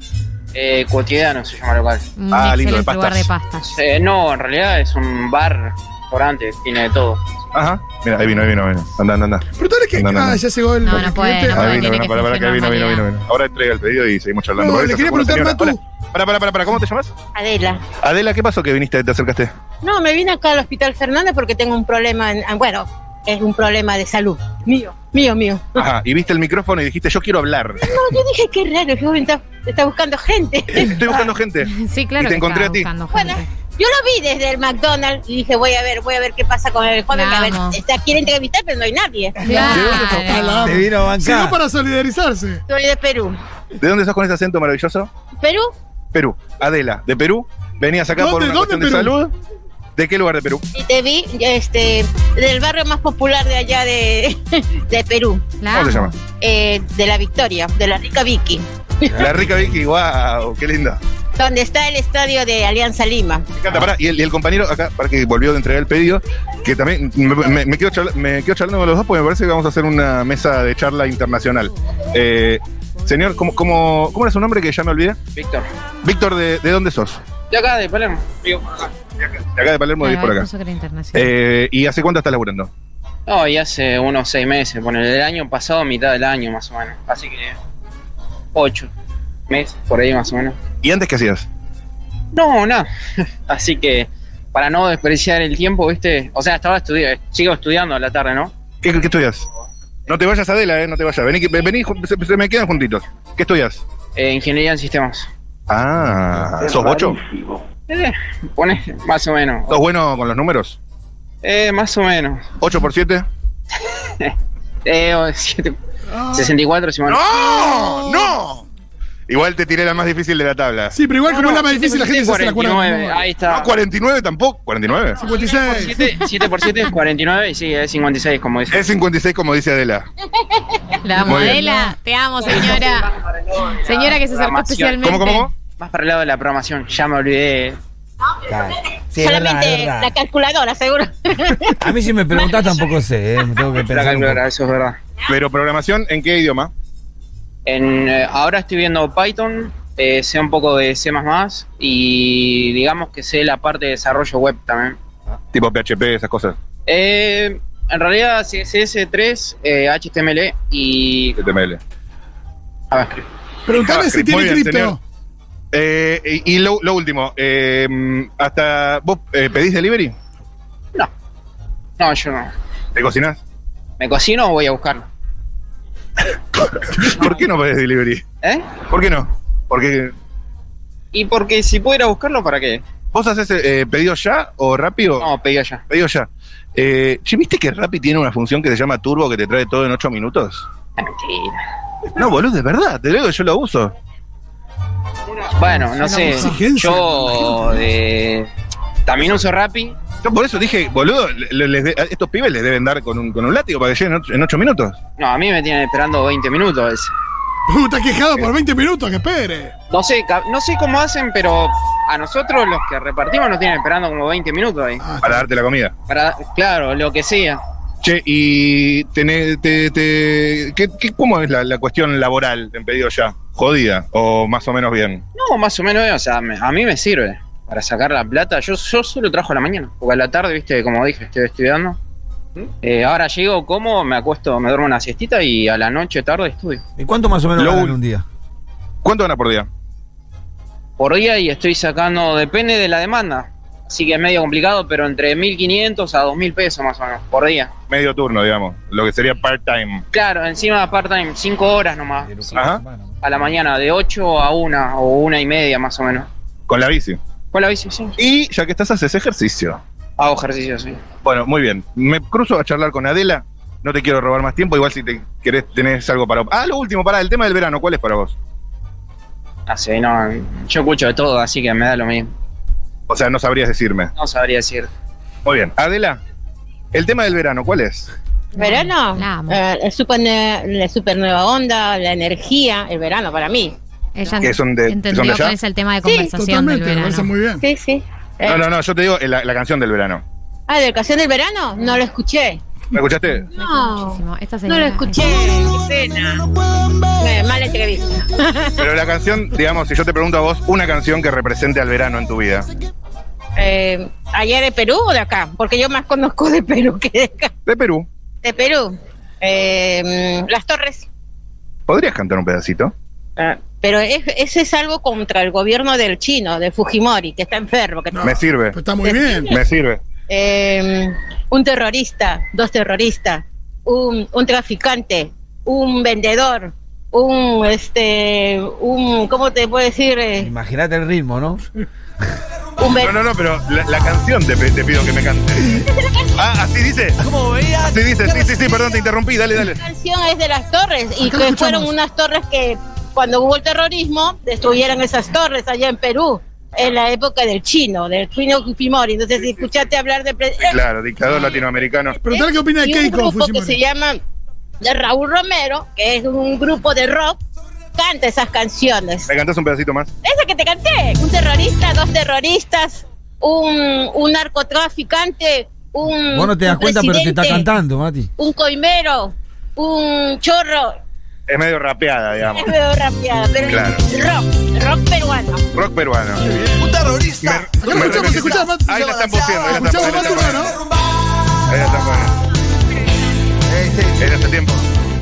Speaker 10: Eh, cotidiano se llama el local.
Speaker 3: Un
Speaker 5: Ah, lindo, de
Speaker 3: excelente lugar de
Speaker 5: pastas.
Speaker 3: pastas.
Speaker 10: Eh, no, en realidad es un bar, restaurante, tiene de todo.
Speaker 5: Ajá. Mira, ahí vino, ahí vino, ahí vino. Anda, anda, anda.
Speaker 1: Preguntarle que.
Speaker 5: No, no,
Speaker 1: Ah,
Speaker 5: no.
Speaker 1: ya llegó el.
Speaker 3: No, no puede,
Speaker 1: cliente.
Speaker 3: no
Speaker 5: Ah,
Speaker 3: puede.
Speaker 5: vino,
Speaker 3: tiene
Speaker 5: vino,
Speaker 3: que
Speaker 5: para, para, que
Speaker 3: funcionar
Speaker 5: vino, vino,
Speaker 3: mañana.
Speaker 5: vino, vino. Ahora entrega el pedido y seguimos charlando.
Speaker 1: No,
Speaker 5: Por
Speaker 1: le
Speaker 5: eso,
Speaker 1: quería
Speaker 5: buena
Speaker 1: preguntar,
Speaker 5: señora.
Speaker 1: Matu.
Speaker 5: Hola. Para, para, para, para, ¿cómo te llamas?
Speaker 9: Adela.
Speaker 5: Adela, ¿qué pasó que viniste, te acercaste?
Speaker 9: No, me vine acá al Hospital Fernández porque tengo un problema, en- ah, bueno, es un problema de salud. Mío, mío, mío.
Speaker 5: Ajá, y viste el micrófono y dijiste, yo quiero hablar.
Speaker 9: No, yo dije que raro, que está, está buscando gente.
Speaker 5: Estoy buscando gente.
Speaker 3: Sí, claro.
Speaker 5: Y te
Speaker 3: que
Speaker 5: encontré
Speaker 3: estaba
Speaker 5: a ti.
Speaker 3: buscando
Speaker 9: Bueno,
Speaker 3: gente.
Speaker 9: yo lo vi desde el McDonald's y dije, voy a ver, voy a ver qué pasa con el joven. que a ver,
Speaker 3: Vamos.
Speaker 9: está, quiere entrevistar, pero no hay nadie.
Speaker 3: Claro.
Speaker 2: Te vino a
Speaker 1: Llegó
Speaker 2: bancar.
Speaker 1: para solidarizarse.
Speaker 9: Soy de Perú.
Speaker 5: ¿De dónde sos con ese acento maravilloso?
Speaker 9: ¿Perú?
Speaker 5: Perú. Adela, de Perú. Venías acá por
Speaker 1: ¿Dónde,
Speaker 5: una
Speaker 1: dónde
Speaker 5: cuestión de salud. ¿De qué lugar de Perú?
Speaker 9: Y te vi este, del barrio más popular de allá de, de Perú,
Speaker 1: Ah.
Speaker 5: ¿Cómo se llama?
Speaker 9: eh, de la Victoria, de la rica Vicky,
Speaker 5: La rica Vicky, wow, qué linda.
Speaker 9: donde está el estadio de Alianza Lima.
Speaker 5: Me encanta, pará. Y el, y el compañero acá, para que volvió de entregar el pedido, que también me, me- me quedo charla- me quedo charlando con los dos porque me parece que vamos a hacer una mesa de charla internacional. Eh, señor, ¿cómo, cómo, cómo era su nombre que ya me olvidé?
Speaker 10: Víctor.
Speaker 5: Víctor, ¿de, de dónde sos?
Speaker 10: De acá, de Palermo. Vivo acá.
Speaker 5: De acá de Palermo, vivís por
Speaker 3: Ah,
Speaker 5: acá. Eh, ¿Y hace cuánto estás laburando?
Speaker 10: No, y hace unos seis meses, bueno, el año pasado, mitad del año más o menos. Así que ocho meses, por ahí más o menos.
Speaker 5: ¿Y antes qué hacías?
Speaker 10: No, nada. Así que para no desperdiciar el tiempo, viste, o sea, hasta ahora estudié, sigo estudiando a la tarde, ¿no?
Speaker 5: ¿Qué, qué estudias? No te vayas, Adela, eh, no te vayas. Vení, que- vení ju- se, se me quedan juntitos. ¿Qué estudias?
Speaker 10: Eh, ingeniería en sistemas.
Speaker 5: Ah, ¿sos bocho?
Speaker 10: Eh, pone más o menos.
Speaker 5: ¿Sos bueno con los números?
Speaker 10: Eh, más o menos.
Speaker 5: ¿8 por 7?
Speaker 10: Eh, o siete-
Speaker 1: Ah.
Speaker 10: 64, si mal-
Speaker 5: ¡No! ¡No! Igual te tiré la más difícil de la tabla.
Speaker 1: Sí, pero igual como es la más
Speaker 10: siete
Speaker 1: difícil, la
Speaker 10: por
Speaker 1: gente se
Speaker 10: siete,
Speaker 1: hace la
Speaker 10: 49,
Speaker 1: cuerda.
Speaker 10: Ahí está.
Speaker 5: No, 49 tampoco. 49.
Speaker 1: 56.
Speaker 10: 7 por 7 es 49 y sí, es 56, como
Speaker 1: Eh.
Speaker 10: dice.
Speaker 5: Es 56 como dice Adela.
Speaker 3: La
Speaker 5: Muy bien.
Speaker 3: modela, te amo, señora. Señora que se acercó
Speaker 10: Programación.
Speaker 3: especialmente.
Speaker 5: ¿Cómo, cómo, cómo?
Speaker 10: Más para el lado de la programación, ya me olvidé.
Speaker 2: Claro. Sí, es verdad, es
Speaker 9: Solamente
Speaker 2: verdad.
Speaker 9: la calculadora, seguro.
Speaker 2: A mí si me preguntás tampoco sé, ¿eh? Me tengo que
Speaker 10: La
Speaker 2: pensar. un
Speaker 10: calculadora,
Speaker 2: poco.
Speaker 10: eso es verdad.
Speaker 5: Pero programación, ¿en qué idioma?
Speaker 10: En, eh, ahora estoy viendo Python, eh, sé un poco de C++ y digamos que sé la parte de desarrollo web también.
Speaker 5: Tipo PHP, esas cosas.
Speaker 10: Eh, en realidad CSS3, eh, HTML y
Speaker 5: HTML.
Speaker 10: JavaScript.
Speaker 1: Preguntale si
Speaker 5: JavaScript.
Speaker 1: tiene
Speaker 5: Ah, Muy bien,
Speaker 1: cripto.
Speaker 5: señor. Eh, y y lo, lo último, eh, hasta ¿vos eh, pedís delivery?
Speaker 10: No, yo no.
Speaker 5: ¿Te cocinás?
Speaker 10: ¿Me cocino o voy a buscarlo?
Speaker 5: ¿Por qué no pedís delivery?
Speaker 10: ¿Eh?
Speaker 5: ¿Por qué no? Porque
Speaker 10: Y porque si puedo ir a buscarlo, ¿para qué?
Speaker 5: vos haces eh, pedido ya o rápido.
Speaker 10: No, pedido ya.
Speaker 5: Pedido ya. Eh, che, ¿viste que Rappi tiene una función que se llama Turbo que te trae todo en 8 minutos?
Speaker 10: Mentira.
Speaker 5: No, boludo, es verdad, te lo digo, yo lo uso.
Speaker 10: Bueno, no sé.
Speaker 1: exigencia.
Speaker 10: Yo eh, también uso Rappi.
Speaker 5: Yo por eso dije, boludo, le- les de- a estos pibes les deben dar con un, con un látigo para que lleguen en ocho- en 8 minutos.
Speaker 10: No, a mí me tienen esperando 20 minutos. es-
Speaker 1: Uh, está quejado por 20 minutos, que espere.
Speaker 10: No sé, ca- no sé cómo hacen, pero a nosotros los que repartimos nos tienen esperando como 20 minutos ahí.
Speaker 1: Ah,
Speaker 5: Para darte la comida.
Speaker 10: Para, claro, lo que sea.
Speaker 5: Che, y tenés- te, te- ¿qué- qué- ¿cómo es la, la cuestión laboral en pedido ya? ¿Jodida o más o menos bien?
Speaker 10: No, más o menos, o sea, me- a mí me sirve para sacar la plata. Yo, yo solo trabajo a la mañana, porque a la tarde, viste, como dije, estoy estudiando. Eh, ahora llego, como, me acuesto, me duermo una siestita y a la noche tarde estudio.
Speaker 2: ¿Y cuánto más o menos
Speaker 5: Lo
Speaker 2: ganan
Speaker 5: ul-
Speaker 2: un día?
Speaker 5: ¿Cuánto gana por día?
Speaker 10: Por día y estoy sacando, depende de la demanda. Así que es medio complicado, pero entre 1.500 a 2.000 pesos más o menos, por día.
Speaker 5: Medio turno, digamos, lo que sería part-time.
Speaker 10: Claro, encima part-time, 5 horas nomás.
Speaker 5: Ajá.
Speaker 10: A la mañana, de 8 a 1 o una y media más o menos.
Speaker 5: Con la bici.
Speaker 10: ¿Cuál la bici? Sí.
Speaker 5: Y ya que estás, haces ejercicio.
Speaker 10: Hago ejercicio, sí.
Speaker 5: Bueno, muy bien. Me cruzo a charlar con Adela. No te quiero robar más tiempo, igual si te querés, tenés algo para. Ah, lo último, para el tema del verano, ¿cuál es para vos?
Speaker 10: Así, Ah, no, yo escucho de todo, así que me da lo mismo.
Speaker 5: O sea, no sabrías decirme.
Speaker 10: No sabría decir.
Speaker 5: Muy bien. Adela, el tema del verano, ¿cuál es?
Speaker 9: Verano,
Speaker 3: La amo.
Speaker 9: eh, es super ne- la super nueva onda, la energía, el verano para mí.
Speaker 3: Ella
Speaker 5: ¿Que son de- son de
Speaker 3: entendió
Speaker 5: allá?
Speaker 3: cuál es el tema de
Speaker 9: Sí,
Speaker 3: conversación del
Speaker 1: Totalmente, me parece
Speaker 3: verano.
Speaker 1: muy bien.
Speaker 9: Sí, sí. Eh,
Speaker 5: No, no, no, yo te digo eh, la, la canción del verano.
Speaker 9: Ah, ¿de ocasión del verano? No lo escuché.
Speaker 5: ¿Me escuchaste?
Speaker 9: No,
Speaker 3: Muchísimo. Esta
Speaker 9: no lo
Speaker 3: señora-
Speaker 9: escuché. Qué pena. Eh, mala entrevista.
Speaker 5: Pero la canción, digamos, si yo te pregunto a vos, una canción que represente al verano en tu vida.
Speaker 9: Eh, ¿Allá de Perú o de acá? Porque yo más conozco de Perú que de acá.
Speaker 5: De Perú.
Speaker 9: De Perú. Eh, las Torres.
Speaker 5: ¿Podrías cantar un pedacito?
Speaker 9: Ah, Pero es- ese es algo contra el gobierno del chino, de Fujimori, que está enfermo. Que
Speaker 1: No.
Speaker 5: Me sirve.
Speaker 1: Pero está muy bien.
Speaker 5: Me sirve.
Speaker 9: Eh, un terrorista, dos terroristas, un, un traficante, un vendedor, un, este, un, ¿cómo te puedo decir? Eh,
Speaker 2: Imagínate el ritmo, ¿no?
Speaker 5: Mm.
Speaker 9: Un
Speaker 5: No,
Speaker 9: vendedor.
Speaker 5: no, no, pero la, la canción te, pe- te pido que me cante. Ah, así dice. Así dice, sí, sí, sí, perdón, te interrumpí, dale, dale.
Speaker 9: La canción es de las torres y
Speaker 1: Acá
Speaker 9: que
Speaker 1: escuchamos.
Speaker 9: fueron unas torres que cuando hubo el terrorismo destruyeron esas torres allá en Perú en la época del chino, del chino Fujimori. Entonces, si escuchaste hablar de... pre-
Speaker 5: Claro, dictador latinoamericano.
Speaker 1: Preguntale Eh, qué opina de
Speaker 9: y un
Speaker 1: Keiko
Speaker 9: grupo
Speaker 1: Fujimori.
Speaker 9: que se llama de Raúl Romero, que es un grupo de rock, canta esas canciones.
Speaker 5: ¿Me cantás un pedacito más?
Speaker 9: Esa que te canté, un terrorista, dos terroristas, un, un narcotraficante, un
Speaker 2: Vos no te das
Speaker 9: un
Speaker 2: cuenta, pero te está
Speaker 9: presidente,
Speaker 2: cantando, Mati.
Speaker 9: Un coimero, un chorro,
Speaker 5: Es medio rapeada, digamos.
Speaker 9: es medio rapeada, pero
Speaker 5: Claro.
Speaker 9: rock, rock peruano.
Speaker 5: Rock peruano.
Speaker 1: Acá lo escuchamos, escuchamos, Mati.
Speaker 5: Ahí la están pusiendo, ahí la están
Speaker 1: Escuchamos,
Speaker 5: poniendo.
Speaker 1: Mati, bueno.
Speaker 5: Ahí la están poniendo. Era hace tiempo.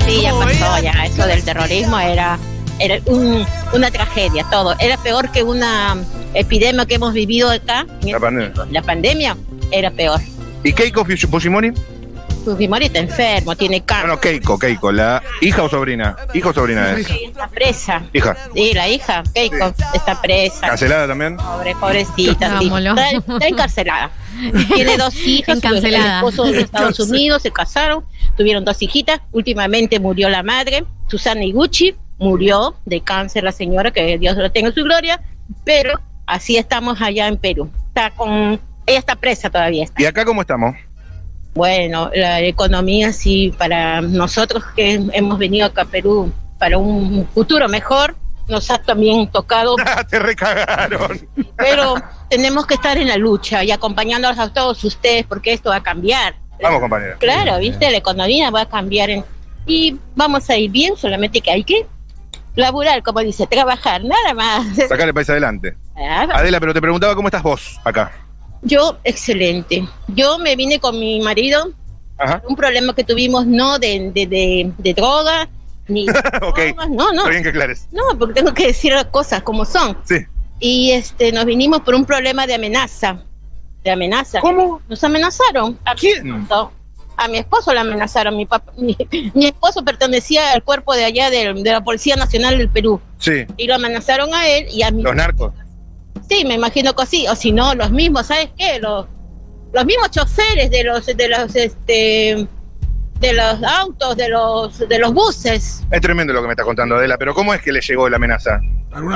Speaker 9: Sí,
Speaker 1: Oh,
Speaker 9: ya pasó, ya. Eso del terrorismo era, era un- una tragedia, todo. Era peor que una epidemia que hemos vivido acá.
Speaker 5: La pandemia.
Speaker 9: La pandemia era peor.
Speaker 5: ¿Y Keiko Fush- Fujimori?
Speaker 9: Fujimori está enfermo, tiene
Speaker 5: No,
Speaker 9: cáncer,
Speaker 5: no, Keiko, Keiko, la hija o sobrina. Hija o sobrina es.
Speaker 9: está presa.
Speaker 5: Hija.
Speaker 9: Sí, la hija, Keiko, está presa.
Speaker 5: Cancelada también.
Speaker 9: Pobre, pobrecita, sí.
Speaker 3: Vámonos.
Speaker 9: está, está encarcelada. Tiene dos hijas, el
Speaker 3: Encarcelada.
Speaker 9: esposo de Estados Unidos, se casaron, tuvieron dos hijitas, últimamente murió la madre, Susana Iguchi, murió de cáncer la señora, que Dios lo tenga en su gloria, pero así estamos allá en Perú. Está con, ella está presa todavía.
Speaker 5: ¿Y acá cómo estamos?
Speaker 9: Bueno, la economía sí, para nosotros que hemos venido acá a Perú para un futuro mejor, nos ha también tocado
Speaker 5: Ah, Te recagaron.
Speaker 9: pero tenemos que estar en la lucha y acompañándolos a todos ustedes porque esto va a cambiar.
Speaker 5: Vamos, compañera.
Speaker 9: Claro, viste, la economía va a cambiar en- y vamos a ir bien, solamente que hay que laburar, como dice, trabajar, nada más.
Speaker 5: Sacar el país adelante.
Speaker 9: Ah,
Speaker 5: Adela, pero te preguntaba cómo estás vos acá.
Speaker 9: Yo, excelente. Yo me vine con mi marido,
Speaker 5: Ajá.
Speaker 9: un problema que tuvimos, no de, de, de- de droga, ni
Speaker 5: ok.
Speaker 9: bromas, no, no.
Speaker 5: Está bien que aclares.
Speaker 9: No, porque tengo que decir las cosas como son.
Speaker 5: Sí.
Speaker 9: Y este, nos vinimos por un problema de amenaza. De amenaza.
Speaker 6: ¿Cómo?
Speaker 9: Nos amenazaron. ¿A Mi
Speaker 5: Mm,
Speaker 9: esposo. A mi esposo le amenazaron. Mi, papá- mi, mi esposo pertenecía al cuerpo de allá del- de la Policía Nacional del Perú.
Speaker 5: Sí.
Speaker 9: Y lo amenazaron a él y a mi
Speaker 5: Los narcos.
Speaker 9: Sí, me imagino que sí, o si no, los mismos, ¿sabes qué? Los, los mismos choferes de los de los este de los autos, de los de los buses
Speaker 5: Es tremendo lo que me estás contando, Adela, pero ¿cómo es que le llegó la amenaza?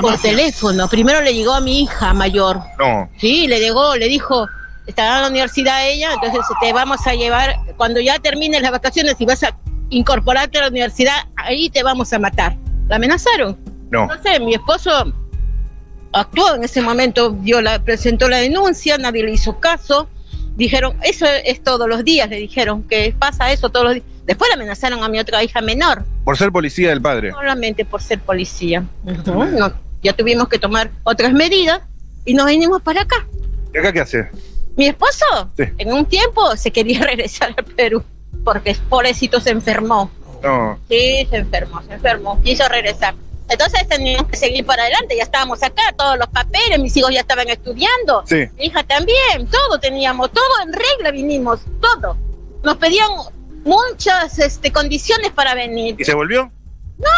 Speaker 9: por teléfono. Primero le llegó a mi hija mayor.
Speaker 5: No.
Speaker 9: Sí, le llegó, le dijo, estaba en la universidad ella, entonces te vamos a llevar cuando ya termines las vacaciones y vas a incorporarte a la universidad, ahí te vamos a matar. La amenazaron.
Speaker 5: No.
Speaker 9: sé, mi esposo actuó en ese momento, dio la, presentó la denuncia, nadie le hizo caso. Dijeron, eso es todos los días, le dijeron que pasa eso todos los días. Después la amenazaron a mi otra hija menor,
Speaker 5: Por ser policía del padre.
Speaker 9: solamente por ser policía. Ujú, no, ya tuvimos que tomar otras medidas y nos vinimos para acá.
Speaker 5: ¿Y acá qué hace?
Speaker 9: Mi esposo
Speaker 5: Sí.
Speaker 9: en un tiempo se quería regresar al Perú porque pobrecito se enfermó.
Speaker 5: No.
Speaker 9: Sí, se enfermó, se enfermó, quiso regresar. Entonces teníamos que seguir para adelante, ya estábamos acá, todos los papeles, mis hijos ya estaban estudiando,
Speaker 5: Sí.
Speaker 9: mi hija también, todo teníamos, todo en regla vinimos, todo. Nos pedían muchas este, condiciones para venir.
Speaker 5: ¿Y se volvió?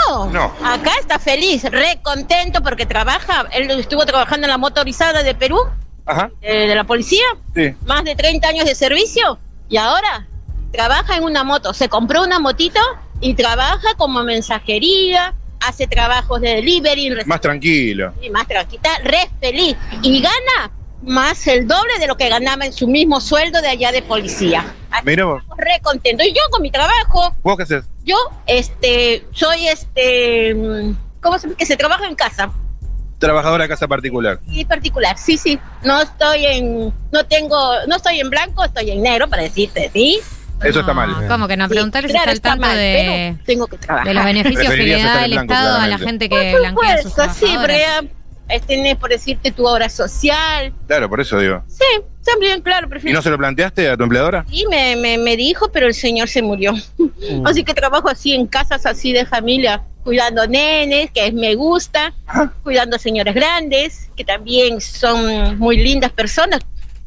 Speaker 9: No,
Speaker 5: No.
Speaker 9: acá está feliz, re contento porque trabaja, él estuvo trabajando en la motorizada de Perú,
Speaker 5: Ajá.
Speaker 9: eh, de la policía,
Speaker 5: Sí.
Speaker 9: más de 30 años de servicio y ahora trabaja en una moto. Se compró una motito y trabaja como mensajería, hace trabajos de delivery, re-
Speaker 5: Más tranquilo.
Speaker 9: y más tranquila, re feliz y gana más el doble de lo que ganaba en su mismo sueldo de allá de policía. Así
Speaker 5: Mira vos.
Speaker 9: re contento. Y yo con mi trabajo,
Speaker 5: ¿Vos qué haces?
Speaker 9: yo este soy este mm, ¿cómo se que se trabaja en casa?
Speaker 5: Trabajadora de casa particular.
Speaker 9: Y particular, sí, sí. No estoy en, no tengo, no estoy en blanco, estoy en negro para decirte, ¿sí?
Speaker 5: Eso está mal.
Speaker 3: Ah, ¿Cómo que no?
Speaker 9: Sí,
Speaker 3: Preguntarle
Speaker 9: claro,
Speaker 3: si está al tanto
Speaker 9: mal,
Speaker 3: de,
Speaker 9: pero tengo que trabajar.
Speaker 3: de los beneficios que
Speaker 5: Preferirías
Speaker 3: le da
Speaker 5: estar en
Speaker 3: el
Speaker 5: blanco,
Speaker 3: Estado a la
Speaker 5: claramente.
Speaker 3: gente
Speaker 9: Por
Speaker 3: que blanquea a sus
Speaker 9: supuesto, sí,
Speaker 3: trabajadoras.
Speaker 9: Brea, eh, tenés por decirte tu obra social.
Speaker 5: Claro, por eso digo.
Speaker 9: Sí, también, claro,
Speaker 5: ¿Y
Speaker 9: prefiero.
Speaker 5: no se lo planteaste a tu empleadora?
Speaker 9: Sí, me, me, me dijo, pero el señor se murió. Así que trabajo así en casas así de familia, cuidando nenes, que me gusta, cuidando señores grandes, que también son muy lindas personas.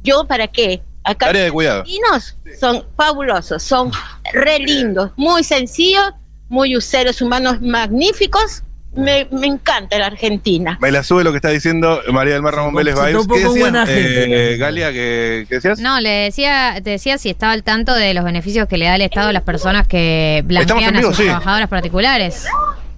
Speaker 9: Yo, ¿para qué? Acá
Speaker 5: Área de cuidado.
Speaker 9: vinos son fabulosos, son re lindos, muy sencillos, muy seres humanos magníficos. Me, me encanta la Argentina.
Speaker 5: Me la sube lo que está diciendo María del Mar Ramón Vélez
Speaker 2: Se
Speaker 5: Baez.
Speaker 2: topó
Speaker 5: ¿Qué
Speaker 2: con
Speaker 5: decían?
Speaker 2: buena gente.
Speaker 5: Eh, Galia, ¿qué, qué decías?
Speaker 3: No, le decía, te decía si estaba al tanto de los beneficios que le da el Estado a las personas que blanquean
Speaker 5: en
Speaker 3: a
Speaker 5: vivo,
Speaker 3: sus
Speaker 5: sí.
Speaker 3: trabajadoras particulares.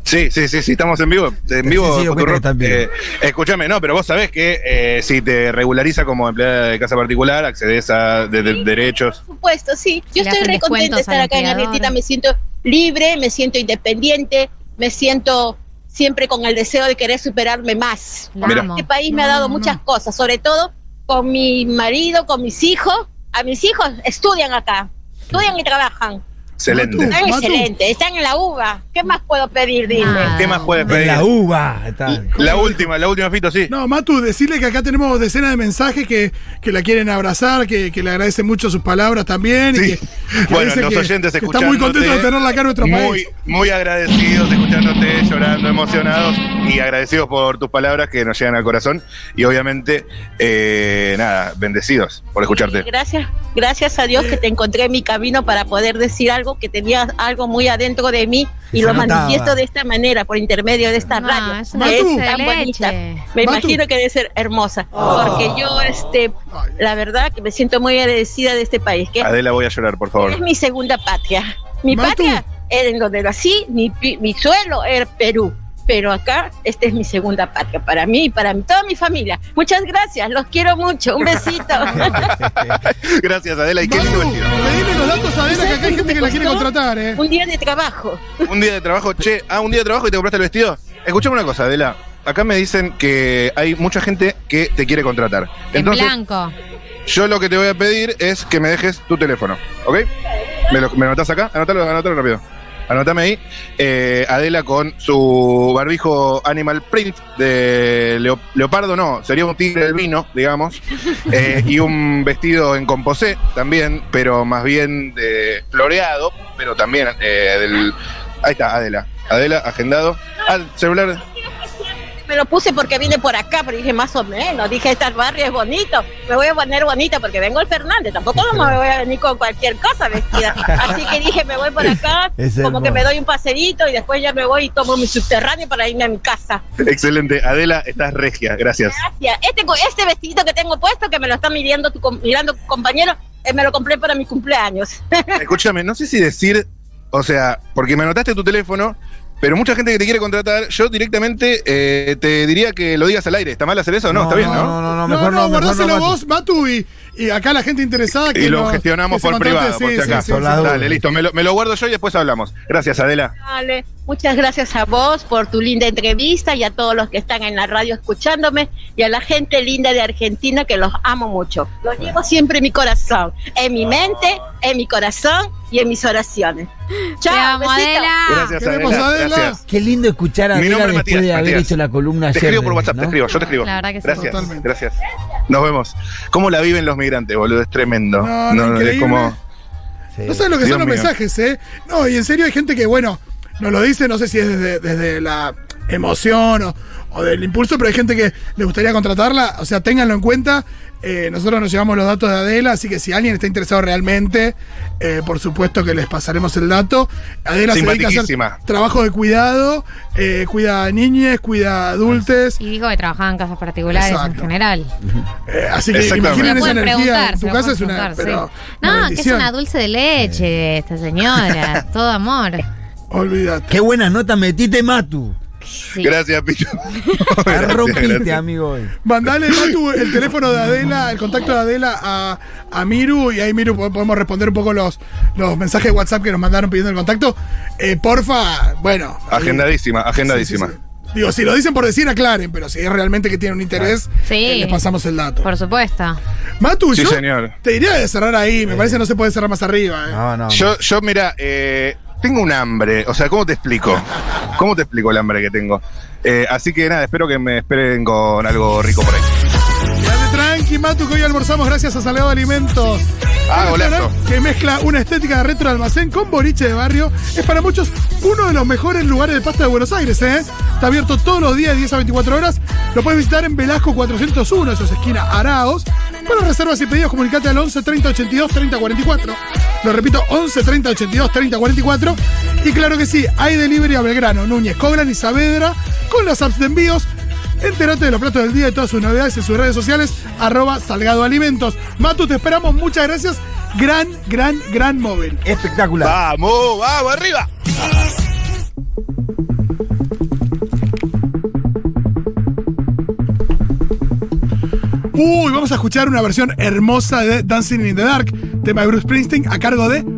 Speaker 5: Sí, sí, sí, sí, estamos en vivo. En vivo,
Speaker 2: sí, sí,
Speaker 5: Futuro.
Speaker 2: opina también.
Speaker 5: Eh, escúchame, no, pero vos sabés que eh, si te regulariza como empleada de casa particular, accedes a de- de- derechos.
Speaker 9: Por supuesto, sí. Yo
Speaker 3: Le
Speaker 9: estoy
Speaker 3: hacen
Speaker 9: re contenta
Speaker 3: descuentos
Speaker 9: de estar
Speaker 3: al
Speaker 9: acá en
Speaker 3: empleador.
Speaker 9: Argentina, me siento libre, me siento independiente, me siento siempre con el deseo de querer superarme más.
Speaker 3: La
Speaker 5: Mira.
Speaker 3: amo.
Speaker 9: Este país me ha
Speaker 1: No,
Speaker 9: dado
Speaker 1: no,
Speaker 9: muchas cosas, sobre todo con mi marido, con mis hijos. A mis hijos estudian acá, estudian y trabajan.
Speaker 5: Excelente.
Speaker 1: Matu.
Speaker 9: Están excelentes, están en la UVA. ¿Qué más puedo pedir, dime?
Speaker 3: Nada.
Speaker 5: ¿Qué más puedes
Speaker 2: De
Speaker 5: pedir?
Speaker 2: la uva. está.
Speaker 5: La última, la última, Fito, sí.
Speaker 1: No, Matu, decirle que acá tenemos decenas de mensajes que, que la quieren abrazar, que, que le agradecen mucho sus palabras también.
Speaker 5: Sí.
Speaker 1: Y que, que
Speaker 5: Bueno,
Speaker 1: dice
Speaker 5: los
Speaker 1: que-
Speaker 5: oyentes
Speaker 1: que
Speaker 5: escuchándote.
Speaker 1: Está muy contento de tenerla acá en nuestro
Speaker 5: muy,
Speaker 1: país.
Speaker 5: muy agradecidos, escuchándote, llorando, emocionados y agradecidos por tus palabras que nos llegan al corazón. Y obviamente, eh, nada, bendecidos por
Speaker 9: Y
Speaker 5: escucharte.
Speaker 9: eh, Gracias, gracias a Dios que te encontré en mi camino para poder decir algo que tenía algo muy adentro de mí y
Speaker 2: Se
Speaker 9: lo
Speaker 2: notaba.
Speaker 9: manifiesto de esta manera, por intermedio de esta
Speaker 3: No,
Speaker 9: radio.
Speaker 3: Ah, es
Speaker 9: que
Speaker 3: una
Speaker 9: es
Speaker 1: dulce
Speaker 3: de
Speaker 9: tan bonita.
Speaker 3: leche.
Speaker 9: Me
Speaker 1: Matu.
Speaker 9: imagino que debe ser hermosa, porque yo, este, la verdad que me siento muy agradecida de este país, que
Speaker 5: Adela, voy a llorar, por favor.
Speaker 9: es mi segunda patria. Mi
Speaker 1: Matu.
Speaker 9: patria era en donde nací, mi, pi- mi suelo era Perú. Pero acá, esta es mi segunda patria para mí y para toda mi familia. Muchas gracias, los quiero mucho. Un besito.
Speaker 5: Gracias, Adela, y qué
Speaker 1: Matu,
Speaker 5: lindo vestido.
Speaker 1: pedile los datos a Adela que acá hay gente que la quiere
Speaker 9: ¿Costó?
Speaker 1: contratar, ¿eh?
Speaker 9: Un día de trabajo.
Speaker 5: Un día de trabajo, che, ah, un día de trabajo y te compraste el vestido. Escuchame una cosa, Adela. Acá me dicen que hay mucha gente que te quiere contratar.
Speaker 3: En
Speaker 5: Entonces,
Speaker 3: blanco.
Speaker 5: yo lo que te voy a pedir es que me dejes tu teléfono, ¿ok? ¿Me lo me anotás acá? Anotalo, anotalo rápido. Anotame ahí. Eh, Adela con su barbijo animal print de leo- leopardo, no, sería un tigre del vino, digamos. Eh, y un vestido en composé también, pero más bien eh, floreado, pero también eh, del... Ahí está, Adela. Adela, agendado. Al celular.
Speaker 9: Me lo puse porque vine por acá, pero dije más o menos. Dije, este barrio es bonito. Me voy a poner bonita porque vengo el Fernández. Tampoco no me voy a venir con cualquier cosa vestida. Así que dije, me voy por acá,
Speaker 5: Es
Speaker 9: como que
Speaker 5: hermoso.
Speaker 9: me doy un paseíto y después ya me voy y tomo mi subterráneo para irme a mi casa.
Speaker 5: Excelente. Adela, estás regia. Gracias.
Speaker 9: Gracias. Este, co- este vestidito que tengo puesto, que me lo está midiendo tu, com- mirando tu compañero, eh, me lo compré para mi cumpleaños.
Speaker 5: Escúchame, no sé si decir, o sea, porque me anotaste tu teléfono, pero mucha gente que te quiere contratar, yo directamente eh, te diría que lo digas al aire. ¿Está mal hacer eso o no? ¿Está bien, no?
Speaker 1: No,
Speaker 2: no, no,
Speaker 1: no,
Speaker 2: mejor no, mejor
Speaker 1: guardáselo
Speaker 2: no, Matu.
Speaker 1: vos, Matu, y, y acá la gente interesada que
Speaker 5: Y lo
Speaker 1: nos-
Speaker 5: gestionamos
Speaker 1: que se
Speaker 5: por
Speaker 1: contacte,
Speaker 5: privado,
Speaker 1: sí,
Speaker 5: por si
Speaker 1: sí,
Speaker 5: acaso.
Speaker 1: sí, sí.
Speaker 5: Dale, listo. Me lo, me lo guardo yo y después hablamos. Gracias, Adela.
Speaker 9: Vale, muchas gracias a vos por tu linda entrevista y a todos los que están en la radio escuchándome y a la gente linda de Argentina que los amo mucho. Los llevo siempre en mi corazón, en mi mente, en mi corazón y en mis oraciones. Chao,
Speaker 3: amo,
Speaker 9: besitos.
Speaker 3: Adela.
Speaker 5: Gracias,
Speaker 2: Queremos
Speaker 5: Adela.
Speaker 2: Adela.
Speaker 5: Gracias.
Speaker 2: Qué lindo escuchar a
Speaker 5: Mi
Speaker 2: Adela
Speaker 5: nombre es
Speaker 2: después
Speaker 5: Matías.
Speaker 2: de haber
Speaker 5: Matías.
Speaker 2: hecho la columna
Speaker 5: Te
Speaker 2: ayer.
Speaker 5: escribo por
Speaker 2: de-
Speaker 5: WhatsApp,
Speaker 2: ¿no?
Speaker 5: te escribo, yo te escribo.
Speaker 3: La verdad que sí.
Speaker 5: gracias,
Speaker 1: Totalmente.
Speaker 5: gracias. Nos vemos. ¿Cómo la viven los migrantes, boludo? Es tremendo.
Speaker 1: No, no,
Speaker 5: es
Speaker 1: increíble.
Speaker 5: como.
Speaker 2: Sí.
Speaker 1: No sabes lo que
Speaker 5: Dios
Speaker 1: son los
Speaker 5: mío.
Speaker 1: mensajes, ¿eh? No, y en serio hay gente que, bueno, nos lo dice, no sé si es desde, desde la emoción o, o del impulso, pero hay gente que le gustaría contratarla, o sea, ténganlo en cuenta. Eh, nosotros nos llevamos los datos de Adela, así que si alguien está interesado realmente, eh, por supuesto que les pasaremos el dato. Adela se dedica a hacer
Speaker 5: Simpaticísima.
Speaker 1: trabajo de cuidado, eh, cuida a niñes, cuida a adultes,
Speaker 3: Y dijo que trabajaba en casas particulares en
Speaker 1: Exacto.
Speaker 3: general.
Speaker 1: eh, así que
Speaker 5: Exactamente.
Speaker 1: imaginen
Speaker 3: Se lo
Speaker 1: esa
Speaker 3: pueden
Speaker 1: energía.
Speaker 3: preguntar, se
Speaker 1: en tu
Speaker 3: lo
Speaker 1: casa es
Speaker 3: pueden preguntar,
Speaker 1: una, pero
Speaker 3: sí.
Speaker 1: una
Speaker 3: No, que es
Speaker 1: bendición.
Speaker 3: una dulce de leche esta señora. Todo amor.
Speaker 1: Olvídate.
Speaker 2: Qué buenas notas metiste, Matu.
Speaker 3: Sí.
Speaker 5: Gracias, Pichu.
Speaker 2: La
Speaker 5: Gracias,
Speaker 2: rompiste,
Speaker 5: gracias.
Speaker 2: amigo. hoy.
Speaker 1: Mandale Matu, el teléfono de Adela, el contacto de Adela a, a Miru y ahí Miru po- podemos responder un poco los, los mensajes de WhatsApp que nos mandaron pidiendo el contacto. Eh, porfa, bueno. ahí-
Speaker 5: Agendadísima, agendadísima.
Speaker 1: Sí, sí, sí. Digo, si lo dicen por decir, aclaren, pero si es realmente que tienen un interés,
Speaker 3: Sí.
Speaker 1: eh, les pasamos el dato.
Speaker 3: Por supuesto.
Speaker 1: Matu,
Speaker 5: Sí,
Speaker 1: yo
Speaker 5: señor. Eh.
Speaker 1: te diría de cerrar ahí, me parece que no se puede cerrar más arriba. eh.
Speaker 2: No, no.
Speaker 5: Yo, yo mira, eh, tengo un hambre. O sea, ¿cómo te explico? ¿Cómo te explico el hambre que tengo? Eh, así que nada, espero que me esperen con algo rico por ahí.
Speaker 1: Dale tranqui, Matu, que hoy almorzamos gracias a Salgado Alimentos.
Speaker 5: Ah,
Speaker 1: Un
Speaker 5: golazo.
Speaker 1: restaurante Que mezcla una estética de retro almacén con boliche de barrio. Es para muchos uno de los mejores lugares de pasta de Buenos Aires, ¿eh? Está abierto todos los días, 10 a 24 horas. Lo puedes visitar en Velasco 401, eso es esquina Araos. Para reservas y pedidos, comunicate al 11 30 82 30 44. Lo repito, 11 30 82 30 44. Y claro que sí, hay delivery a Belgrano, Núñez, Cobran y Saavedra con las apps de envíos. Entérate de los platos del día y todas sus novedades en sus redes sociales, arroba Salgado Alimentos. Matu, te esperamos, muchas gracias. Gran, gran, gran móvil.
Speaker 2: Espectacular.
Speaker 5: Vamos, vamos, arriba.
Speaker 1: Uy, vamos a escuchar una versión hermosa de Dancing in the Dark, tema de Bruce Springsteen, a cargo de